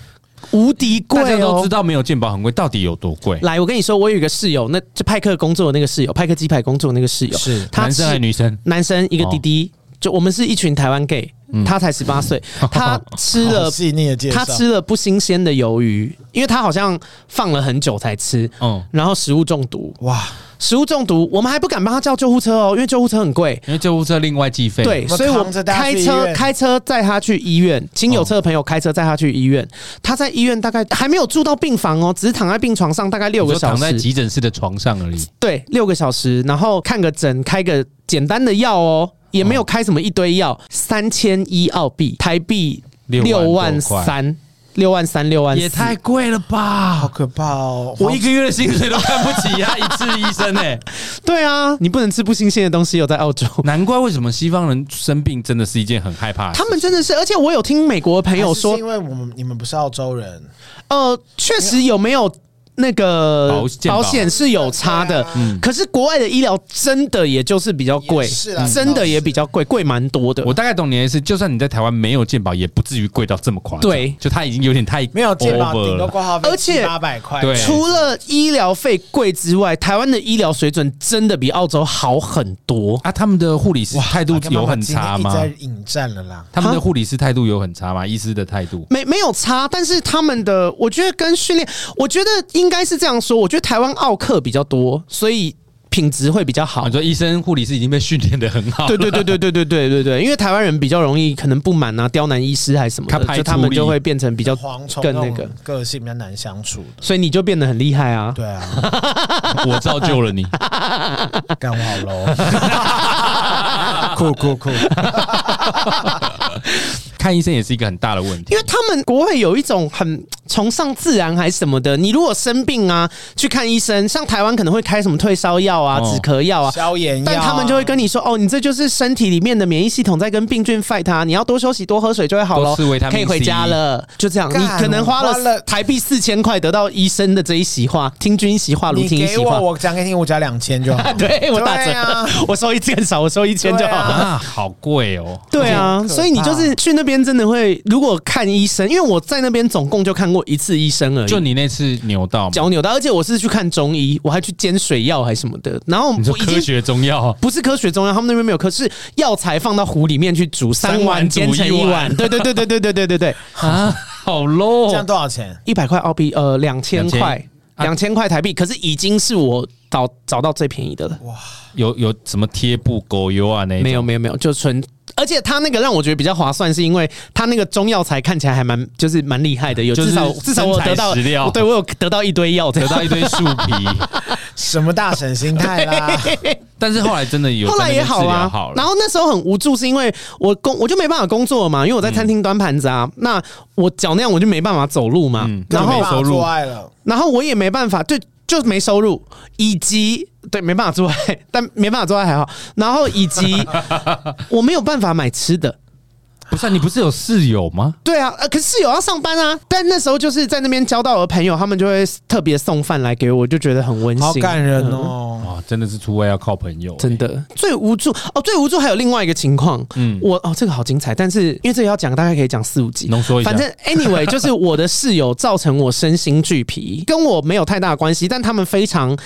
C: 无敌贵
A: 大
C: 哦。
A: 家都知道没有健保很贵，到底有多贵？
C: 来，我跟你说，我有一个室友，那就派克工作的那个室友，派克鸡排工作的那个室友，
B: 是
C: 他
A: 男生还是女生？哦嗯
C: 男生一个弟弟，就我们是一群台湾 gay，、他才十
A: (laughs)
C: 八岁，他吃
B: 好
C: 了
B: 细腻的介绍，
C: 他吃了不新鲜的鱿鱼，因为他好像放了很久才吃，
A: 嗯，
C: 然后食物中毒，
B: 哇，
C: 食物中毒，我们还不敢帮他叫救护车哦，因为救护车很贵。
A: 因为救护车另外计费。
C: 对，
B: 我
C: 所以我
B: 扛着他
C: 开
B: 去医
C: 车
B: 院
C: 开车载他去医院，亲友车的朋友开车载他去医院。他在医院大概还没有住到病房哦，只是躺在病床上大概六
A: 我
C: 个
A: 就
C: 小
A: 躺在
C: 时。
A: 急诊室的床上而已。
C: 对，六个小时，然后看个诊，开个简单的药哦，也没有开什么一堆药，三千一澳币，台币
A: 六万
C: 六
A: 多
C: 万三，六万三，六万四，
A: 贵了
B: 好
A: 吧！
B: 可怕哦！
A: 我一个月的薪水都看不起呀、一次医生哎、
C: 对啊，你不能吃不新鲜的东西哦，在澳洲。
A: (laughs) 难怪为什么西方人生病真的是一件很害怕的事。
C: (laughs) 他们真的是，而且我有听美国的朋
B: 没
C: 友
B: 是
C: 说
B: 因，为我们你们不是澳洲人，
C: 呃，确实有没有那个
A: 保健保
C: 保险嗯是有差的
B: 对啊，
C: 可是国外的医疗真的也就是比较贵，
B: 也是啦
C: 真的也比较贵，贵蛮多的
A: 我。大概懂你的意思，就算你在台湾没有健保，也不至于贵到这么夸张。
C: 对
A: 就他已经有点太
B: 没有健
A: over
B: 保顶多
A: 了。
B: 挂号费，
C: 而且
B: 八百块，
A: 对
C: 除了医疗费贵之外，台湾的医疗水准真的比澳洲好很多。
A: 啊，他们的护理师态度有很差吗
B: 今？天一直在引战了啦，
A: 他们的护理师态度有很差吗？医师的态度？
C: 没没有差，但是他们的我觉得跟训练，我觉得应该是这样说。我觉得台湾奥克比较多，所以品质会比较好
A: 你。说医生、护理师已经被训练的很 (laughs) 好，
C: 对对对对对对对对对，因为台湾人比较容易可能不满啊、刁难医师还是什么
A: 他排除
C: 的，就他们
A: 力
C: 就会变成比较
B: 蝗虫
C: 更
B: 那
C: 那个
B: 种，个性比较难相处的。
C: 所以你就变得很厉害啊。
B: 对啊，
C: (laughs)
A: 我造就了你。
B: 干我好
C: (laughs)
A: (laughs)
B: low，酷酷酷！
A: 看医生也是一个很大的问题
C: 因。为他们国外有一种很崇尚自然还是什么的，你如果生病啊，去看医生，像台湾可能会开什么退烧药啊、
A: 哦
C: 止咳药啊，
B: 消炎药啊，
C: 但他们就会跟你说，哦，你这就是身体里面的免疫系统在跟病菌 fight 啊它，你要多休息、多喝水就会好
A: 多
C: 了
A: 吃维他，命
C: 可以回
A: C
C: 家了，就这样。
B: 干
C: 你可能花
B: 花了
C: 了台币四千块得到医生的这一席话，听君一席话，如
B: 你
C: 听一
B: 给
C: 席
B: 我，
C: 话。。
B: 我讲给你，我加两千就好 (laughs)
C: (laughs) 对我打折，
B: 对啊
C: 我收一千少，我收一千就好了。
A: 啊，好贵哦！
C: 对啊，
B: 可怕
C: 所以你就是去那边真的会，如果看医生，因为我在那边总共就看过一次医生而
A: 就
C: 已。
A: 你那次扭到嘛，
C: 脚扭到，而且我是去看中医，我还去煎水药还什么的。然后
A: 你说
C: 我已
A: 科
C: 经
A: 学中药，
C: 不是科学中药，他们那边没有科，是药材放到壶里面去煮，
A: 三
C: 三碗
A: 碗煮
C: 煎成
A: 一
C: 一碗
A: 碗。
C: 对对对对对对对对对， (laughs)
A: 啊，好
B: (laughs) 这
A: low
B: 样
A: 哦。
B: 多少钱？
C: 一百块澳币，呃，两千块，
A: 啊
C: 两千块台币，可是已经是我找找到最便宜的了。
A: 有有什么贴布、狗油啊那一种？
C: 没有没有没有，就纯。而且它那个让我觉得比较划算，是因为它那个中药材看起来还蛮， (laughs) 就是蛮厉害的，有
A: 就是
C: 至少至少我
A: 真材
C: 得到
A: 实料，
C: 对我有得到一堆药这
A: 得
C: 样，
A: 到一堆树
C: (laughs)
A: 皮，
B: 什么大神心态啦？
A: 但是后来真的有，
C: 后来也好啊，
A: 好了
C: 然。后那时候很无助，是因为我工我就没办法工作了嘛，因为我在餐厅端盘子啊，那我脚那样我就没办法走路嘛，
A: 嗯
B: (laughs)
C: 然
B: 没
C: 后
B: 办法做爱了，
C: 然后我也没办法，对，就没收入，以及对没办法做爱，但没办法做爱还好，然后以 (laughs) 及我没有办法买吃的。
A: 不是、啊、你不是有室友吗？
C: 对啊，呃，可是有要上班啊，但那时候就是在那边交到的朋友，他们就会特别送饭来给我，我就觉得很温馨，
B: 好感人
C: 嗯
B: 哦。
A: 啊，真的是出外要靠朋友、欸
C: 真
A: 的
C: 的最无助哦，最无助还有另外一个情况，
A: 嗯
C: 嗯，我哦这个好精彩，但是因为这个要讲，大概可以讲四五集，
A: 浓缩一下。
C: 反正 anyway 就是我的室友造成我身心俱疲，跟我没有太大关系，但他们非常。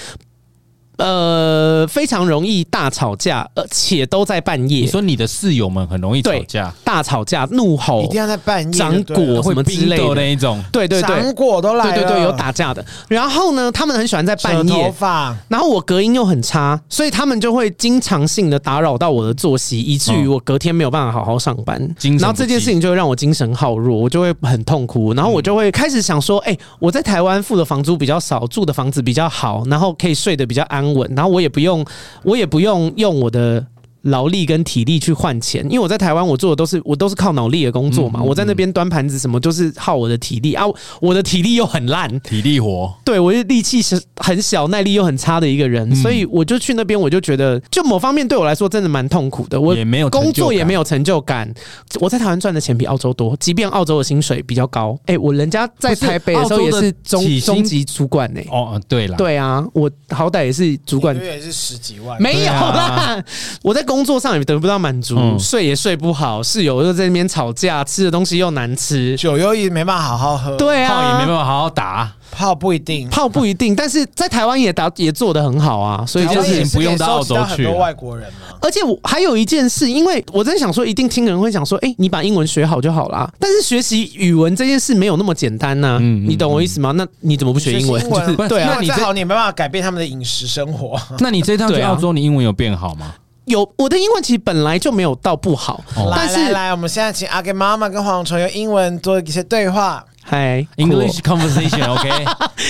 C: 呃，非常容易大吵架，而且都在半
A: 你
C: 夜
A: 说你的室友们很容易吵架，
C: 大吵架、怒吼
B: 哦一，定要在半夜
C: 长
B: 就对了
C: 果
A: 会
C: 什么之
A: 冰
C: 类的
A: 斗那一种，
C: 对对对，
B: 长果都来
C: 对
B: 了，
C: 对对，有打架的。然后呢，他们很喜欢在
B: 扯
C: 半
B: 头
C: 夜，
B: 发，
C: 然后我隔音又很差，所以他们就会经常性的打扰到我的作息，以至于我隔天没有办法好好上班。
A: 精神不济
C: 然后这件事情就会让我精神耗弱，我就会很痛苦。然后我就会开始想说，哎、我在台湾付的房租比较少，住的房子比较好，然后可以睡得比较安稳，然后我也不用，我也不用用我的。劳力跟体力去换钱，因为我在台湾我做的都是我都是靠脑力的工作
A: 嗯
C: 嘛，我在那边端盘子什么都是耗我的体力啊，我的体力又很烂，
A: 体力活。
C: 对我就力气是很小，耐力又很差的一个
A: 嗯
C: 人，所以我就去那边，我就觉得，就某方面对我来说真的蛮痛苦的。我
A: 也没有成就
C: 工作，
A: 感
C: 也没有成就感。我在台湾赚的钱比澳洲多，即便澳洲的薪水比较高。哎、我人家在
A: 不是
C: 台北的时候也
A: 哎澳洲的
C: 是中
A: 起薪
C: 中级主管呢、
A: 哦，啊对了，，
C: 对啊，我好歹也是主管
B: 一个，月是十几万，
C: 没有
A: 对
C: 啦
A: 啊。
C: 我在工作上也得不到满足，
A: 嗯
C: 睡也睡不好，室友又在那边吵架，吃的东西又难吃。
B: 酒又一直没办法好好喝，
C: 对
A: 炮也
C: 啊，
A: 没办法好好打，
B: 泡不一定，
C: 泡不一定，但是在台湾也打也做得很好啊，所以
A: 这
C: 就
A: 件事
C: 是
A: 情不用到澳洲去啊
B: 台湾也是可以收集很多外国人嘛，
C: 而且我还有一件事，因为我在想说，一定听人会想说，哎、你把英文学好就好啦。但是学习语文这件事没有那么简单呐、
A: 嗯嗯
C: 你懂我意思吗？那你怎么不学英文？
B: 学习英文
C: 就是对
A: 那
C: 啊，
B: 那
A: 你
B: 再
A: 这
B: 好 (laughs) 你也没办法改变他们的饮食生活，
A: 那你这趟去
C: 对啊
A: 澳洲，你英文有变好
C: (laughs)
A: 吗？
C: 有我的英文其实本来就没有到不好，
B: (laughs)
A: 哦
B: 来
C: 但
B: 来
C: 是
B: 来，我们现在请阿给妈妈跟黄虫用英文做一些对话。
C: 嗨
A: English conversation OK，
C: (laughs) 哎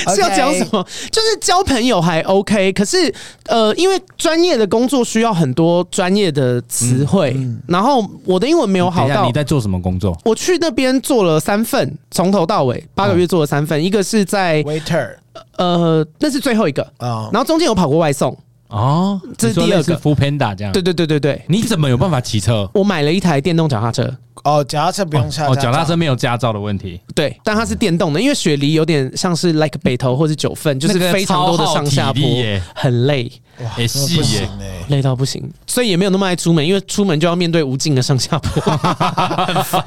C: 哦是要
B: OK
C: 讲什么？就是交朋友还 OK，可是呃，因为专业的工作需要很多专业的词汇，
B: 嗯
C: 然后我的英文没有
A: 等
C: 好
A: 一下
C: 到
A: 你在做什么工作？
C: 我去那边做了三份，从头到尾八个月做了三份，一个是在
B: waiter
C: 呃，那是最后一个，
B: 啊、
C: 然后中间有跑过外送，
A: 哦，
C: 这是
A: 你说
C: 第二
A: 类似
C: 个
A: Food Panda 这样，
C: 对，对对对对，
A: 你怎么有办法骑车？
C: 我买了一台电动脚踏车，
B: 哦，脚踏车不用下
A: 哦，脚踏车没有驾照的问
C: (laughs)
A: 题，
C: 对，但它是电动的，因为雪梨有点像是 like 北投或是九份，就是
A: 那个
C: 非常多的
A: 超耗
C: 上下
A: 体
C: 坡
A: 力耶，
C: 很累，
B: 哇
A: 也
B: 真的
A: 细
B: 不
A: 哎耶
B: 行欸
C: 累到不行，所以也没有那么爱出门，因为出门就要面对无尽的上下
A: (laughs)
C: 坡。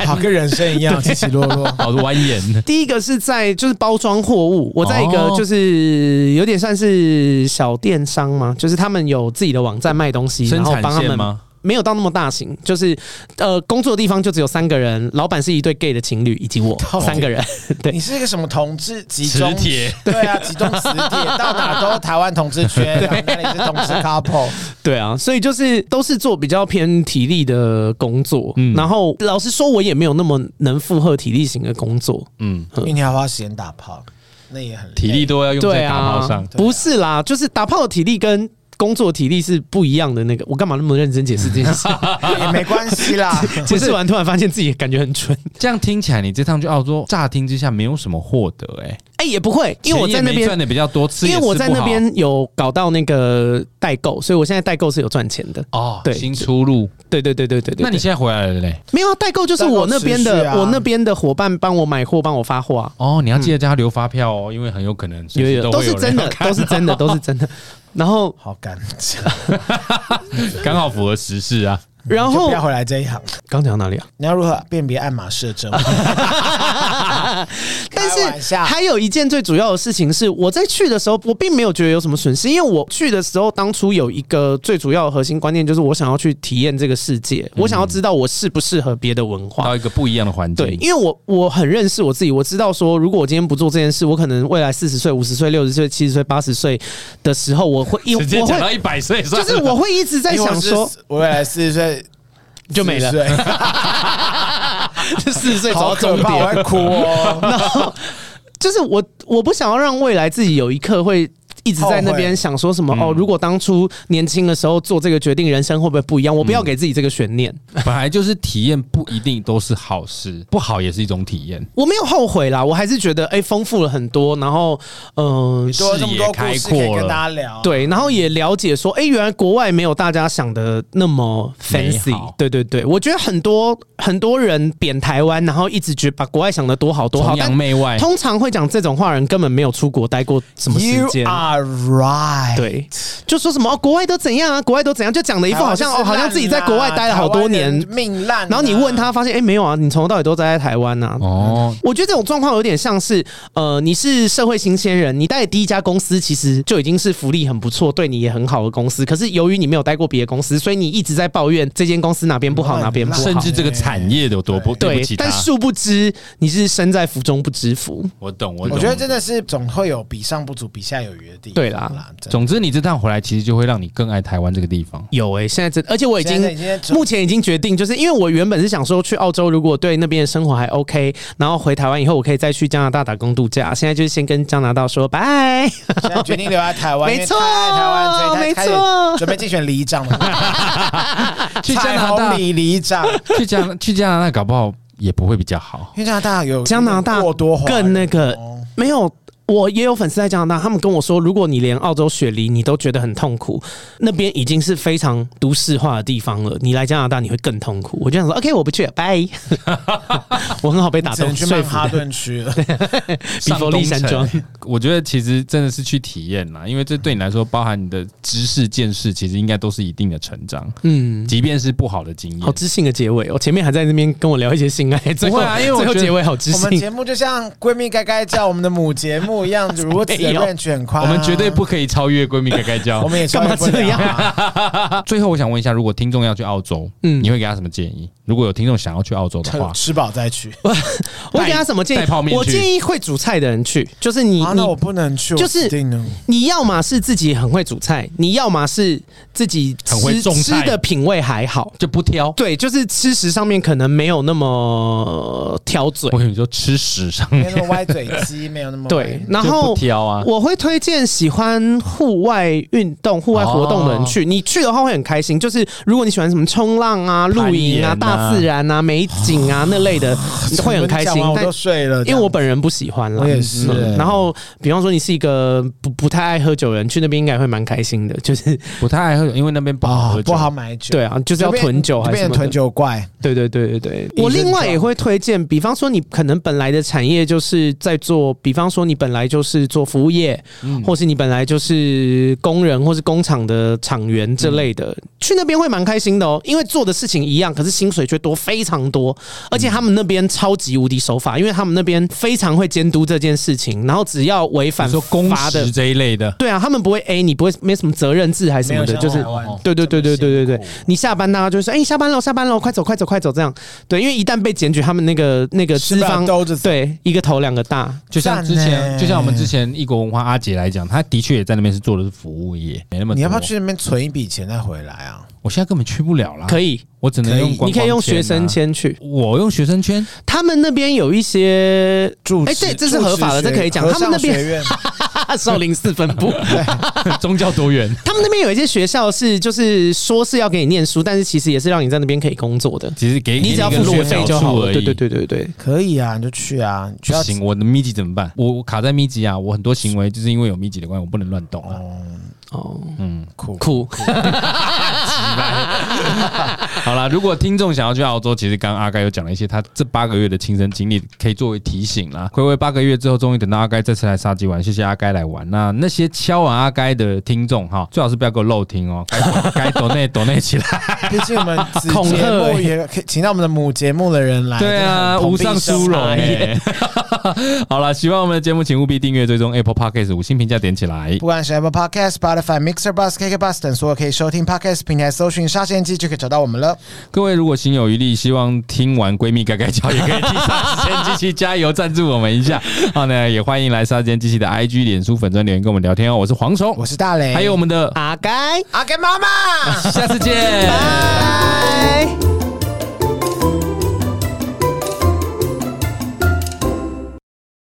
B: 好跟人生一样起起落落。
A: 好哦蜿蜒。
C: 第一个是在就是包装货物，我在一个
A: 哦
C: 就是有点算是小电商嘛，就是他们有自己的网站卖东西，
A: 生
C: 然后
A: 产
C: 帮他
A: 线
C: 们
A: 吗？
C: 没有到那么大型，就是呃，工作的地方就只有三个人，老板是一对 gay 的情侣以
A: (laughs)
C: 及我
B: 到底
C: 三个人， (laughs) 对
B: 你是一个什么同志集中
A: 磁
C: (laughs)
A: 铁？
B: 对啊，集中磁铁，到哪都台湾同
A: (laughs)
B: 志圈，然后哪里是同志 couple？
C: 对啊，所以就是都是做比较偏体力的工作，
A: 嗯
C: 然后老实说，我也没有那么能负荷体力型的工作，
A: 嗯，
B: 因为你还花时间打炮，那也很累
A: 体力。都要用
C: 对
A: 在打
C: 啊
A: 炮上，
C: 不是啦，就是打炮的体力跟。工作体力是不一样的那个。我干嘛那么认真解释
A: (laughs)
C: 这件事？
B: 也没关系啦。
C: 解释完突然发现自己感觉很蠢。
A: 这样听起来，你这趟去澳洲，乍听之下没有什么获得、哎，
C: 哎、也不会，因为我在
A: 钱也
C: 那
A: 没
C: 边
A: 赚的比较多，吃也
C: 因为我
A: 吃
C: 在
A: 不
C: 那
A: 好
C: 边有搞到那个代购，所以我现在代购是有赚钱的。
A: 哦，
C: 对
A: 新出路。
C: 对对对对对对。
A: 那你现在回来了嘞？
C: 没有啊代购就是我那边
B: 代购持
C: 的，
B: 续啊
C: 我那边的伙伴帮我买货，帮我发货啊，
A: 哦，你要记得叫他留发票哦，因为很有可能随
C: 有
A: 时
C: 有
A: 都
C: 都
A: 会
C: 是
A: 有人
C: 真的， (laughs) 都是真的，都是真的。
B: (laughs)
C: 然后，
B: 好干，
A: (laughs) 刚好符合时事啊。
C: 然
B: 就
C: 后
B: 不要回来这一行。
C: 刚讲到哪
B: (laughs)
C: 里啊？ (laughs)
B: 你要如何辨别爱马仕的真伪？
C: 啊但
B: 开玩
C: 是
B: 笑
C: 还有一件最主要的事情是，我在去的时候，我并没有觉得有什么损失，因为我去的时候，当初有一个最主要的核心观念，就是我想要去体验这个世界，我想要知道我适不适合别的文化。
A: 到一个不一样的环境。
C: 对，因为我我很认识我自己，我知道说，如果我今天不做这件事，我可能未来四十岁、五十岁、六十岁、七十岁、八十岁的时候，我会一
A: 直接
C: 我
A: 讲到
C: 会
A: 一百岁算
C: 就
A: 了， (laughs)
C: 是我会一直
B: (laughs)
C: 在
B: 因为
C: 想说
B: 我，是，我未来四十岁
C: 就没了 (laughs)
B: 40岁
C: 四十岁走
B: 好
C: 到
B: 可
C: 终
B: 怕，我
C: 点，
B: 会哭
C: (laughs)
B: 哦。
C: 然后就是我我不想要让未来自己有一刻会。一直在那
B: 后
C: 边
B: 悔
C: 想说什么哦？如果当初年轻的时候做这个决定，人生会不会不一样？我不要给自己这个悬念，
A: 本来就是体验不一定都是好事，不好也是一种体验。
C: 我没有后悔啦，我还是觉得哎，丰富了很多。然后，嗯、
B: (laughs) 多这么多故事可以
A: 视野开阔
B: 跟
A: 了
B: 大家聊。
C: 对，然后也了解说，哎、原来国外没有大家想的那么
A: 美
C: fancy
A: 好。
C: 对对对，我觉得很多很多人贬台湾，然后一直觉得把国外想的多好多好
A: 崇，洋
C: 但
A: 媚外，
C: 通常会讲这种话的人根本没有出国待过什么时
B: ，You
C: 间。
B: are right。
C: 对，就说什么、哦、国外都怎样啊，国外都怎样，就讲的一
B: 台湾就是烂啊，
C: 副好像哦，好像自己在国外待了好多
B: 台湾
C: 年
B: 人，命烂啊。
C: 然后你问他，发现哎、没有啊，你从头到尾都待在台湾呐、啊。
A: 哦，
C: 我觉得这种状况有点像是，呃，你是社会新鲜人，你待的第一家公司其实就已经是福利很不错、对你也很好的公司，可是由于你没有待过别的公司，所以你一直在抱怨这间公司哪边不好，哪边不好。
A: 甚至这个产业有多不对
C: 对
A: 不起，他
C: 但。殊不知你是身在福中不知福。
A: 我懂，我懂。
B: 我觉得真的是总会有比上不足，比下有余的地方。
C: 对啦
B: 真的
A: 总之你这趟回来，其实就会让你更爱台湾这个地
C: (laughs)
A: 方。
C: 有诶、现在真，而且我已
B: 现在
C: 经
B: 已经在
C: 目前已经决定，就是因为我原本是想说去澳洲，如果对那边的生活还 OK，然后回台湾以后，我可以再去加拿大打工度假。现在就是先跟加拿大说拜。
B: 现在决定留在
C: (laughs)
B: 台湾，
C: 没错
B: 因为太爱台湾，所以他
C: 没
B: 开始
C: 错
B: 准备竞选里长
C: (laughs)
B: 了，
A: 去加拿
B: 彩
A: 大
B: 虹，里里长，
A: 去加拿去加拿大，搞不好也不会比较好。
B: 因为加拿大有
C: 加拿大
B: 过多华人
C: 更那个
B: 哦
C: 没有，我也有粉丝在加拿大，他们跟我说，如果你连澳洲雪梨你都觉得很痛苦，那边已经是非常都市化的地方了，你来加拿大你会更痛苦。我就想说，OK，我不去，
A: (laughs)
C: 拜。我很好被打
B: 只能
C: 动，
B: 去
C: 说
B: 曼
C: 服
B: 哈
C: 的。
B: 顿区
C: (laughs)
B: 了。
C: 比佛利山庄
A: 上东城，我觉得其实真的是去体验啦，因为这对你来说，包含你的知识见识，其实应该都是一定的成长，
C: 嗯，
A: 即便是不好的经验。
C: 好知性的结尾哦，我前面还在那边跟我聊一些性爱，最后、
A: 啊因为我
C: 最后
A: 觉得
C: 结尾好知
B: 我们
C: 性。
B: 节目就像闺蜜该该叫我们的母节目一样，如此
C: (laughs)
B: 的 range 很宽啊
A: 我们绝对不，可以超越闺蜜该该教
B: (laughs) 我。们也
C: 干嘛
B: 超越不了啊
C: 这
A: 最后，我想问一下，如果听众要去澳洲，
C: 嗯
A: 你会给他什么建议？如果有听众想要去澳洲的话，
B: 吃饱再去。
C: 我给他什么建
A: 带泡
C: 议？
A: 面
C: 我
A: 去
C: 建议会煮菜的人去，就是你、
B: 啊，
C: 你
B: 那我不能去，
C: 就
B: 我
C: 是
B: 死定
C: (laughs)
B: 了。
C: 你要么是自己很会煮菜，你要么是自己吃
A: 很会种
C: 吃
A: 菜
C: 的品味还好。
A: 就不挑。
C: 对，就是吃食上面可能没有那么挑嘴
A: 我，跟你说，吃屎上
B: 没
A: 面
B: 有那么歪嘴鸡，没有那么歪
C: 对。然
A: 就
C: 后
A: 不挑啊。
C: 我会推荐喜欢户外运动、户外活动的人去。你去的话会很开心，就是如果你喜欢什么冲浪啊、露营
A: 攀岩
C: 啊、
A: 啊
C: 大自然啊、美景啊那
B: (laughs)
C: 类的，你会很开
B: 你们讲
C: 心
B: 完。我
C: 但
B: 都睡了，
C: 因为我本人不喜欢啦，嗯
B: 我也是欸
C: 然后，比方说你是一个不不太爱喝酒的人，去那边应该会蛮开心的。就是
A: 不太爱喝酒，因为那边不好
B: 啊
A: 喝酒。
B: 不好买酒，
C: 对啊，就是要
B: 就变
C: 囤酒
B: 就
C: 还是
B: 变
C: 什
B: 成
C: 么的
B: 囤。酒怪。
C: 对对对对对，
B: 益
C: 我
B: 身
C: 另外也
B: 状
C: 会推荐，比方说你可能本来的产业就是在做，比方说你本来就是做服务业，或是你本来就是工人或是工厂的厂员之类的，去那边会蛮开心的哦，因为做的事情一样，可是薪水却多非常多，而且他们那边超级无敌守法，因为他们那边非常会监督这件事情，然后只要违
A: 比
C: 反
A: 如说工
C: 罚的
A: 时。这一类的，
C: 对啊，他们不会 A 你，不会没什么责任制还是什
B: 没有
C: 么的，
B: 像
C: 就是
B: 台湾
C: 对对对对对对
B: 这么辛
C: 对
B: 苦，
C: 你下班大家就会说，哎、你下班了，下班了，快走快走快走这样。对，因为一旦被检举，他们那个那个
B: 吃
C: 资
B: 不了
C: 方
B: 兜着走
C: 对一个头两个
B: 啊
C: 大，
A: 就像之
B: 赞
A: 前，
B: 欸
A: 就像我们之前异国文化阿杰来讲，他的确也在那边是做的是服务业，没那么多。
B: 你要不要去那边存一笔钱再回来啊？
A: 我现在根本去不了啦，
C: 可以，
A: 我只能
B: 可以
A: 用观光
C: 你可以用
A: 签啊
C: 学生，签去。
A: 我用学生 (laughs) 签，
C: 他们那边有一些
B: 住
C: 哎
B: 持
C: 对这是
B: 住持
C: 合法的
B: 学
C: 这可以讲
B: 和
C: (laughs) 他们那边
B: 尚学院
C: 少林寺分
B: (laughs)
C: 部。
A: 宗教多元，
C: 他们那边有一些学校是，就是说是要给你念书，但是其实也是让你在那边可以工作的，
A: 其实给
C: 你只要付
A: 路
C: 学费就好了。
A: 而
C: 对
A: 已。
C: 对对对对，
B: 可以啊，你就去啊，你需
A: 不
B: 要
A: 行，我的密集怎么办？我我卡在密集啊，我很多行为就是因为有密集的关系，我不能乱动啊。
C: 哦，
B: 苦
C: (laughs) 酷，
A: 好啦，如果听众想要去澳洲，其实刚刚阿该有讲了一些他这八个月的亲身经历，可以作为提醒啦。回味八个月之后，终于等到阿该这次来沙鸡玩，谢谢阿该来玩。那那些敲完阿该的听众哈，最好是不要给我漏听哦，该 (laughs) 该抖内抖内起来。
B: 毕竟我们子
C: 恐吓
B: 节目
C: 欸
B: 也可以请到我们的母节目的人来，
A: 对啊，
B: 真的很
A: 无上殊荣
B: 捧哏
A: 哎、 (laughs) 好了，喜欢我们的节目，请务必订阅、追踪 Apple Podcast 五星评价点起来
B: 不。管是 Apple Podcast、Spotify、Mixer、Bus、KK Bus 等所有可以收听 Podcast 平台，搜寻“沙县记”就可以找到我们了。
A: 各位如果心有余力，希望听完闺蜜改改脚，也可以替沙时间机器加油赞助我们一下。 (laughs) 好呢，也欢迎来沙时间机器的 IG、脸书粉专留言跟我们聊天哦。我是哎蝗虫
B: 我，是大雷，
A: 还有我们的
C: 阿该。
B: 阿根妈妈，
A: 下次见。
B: 拜。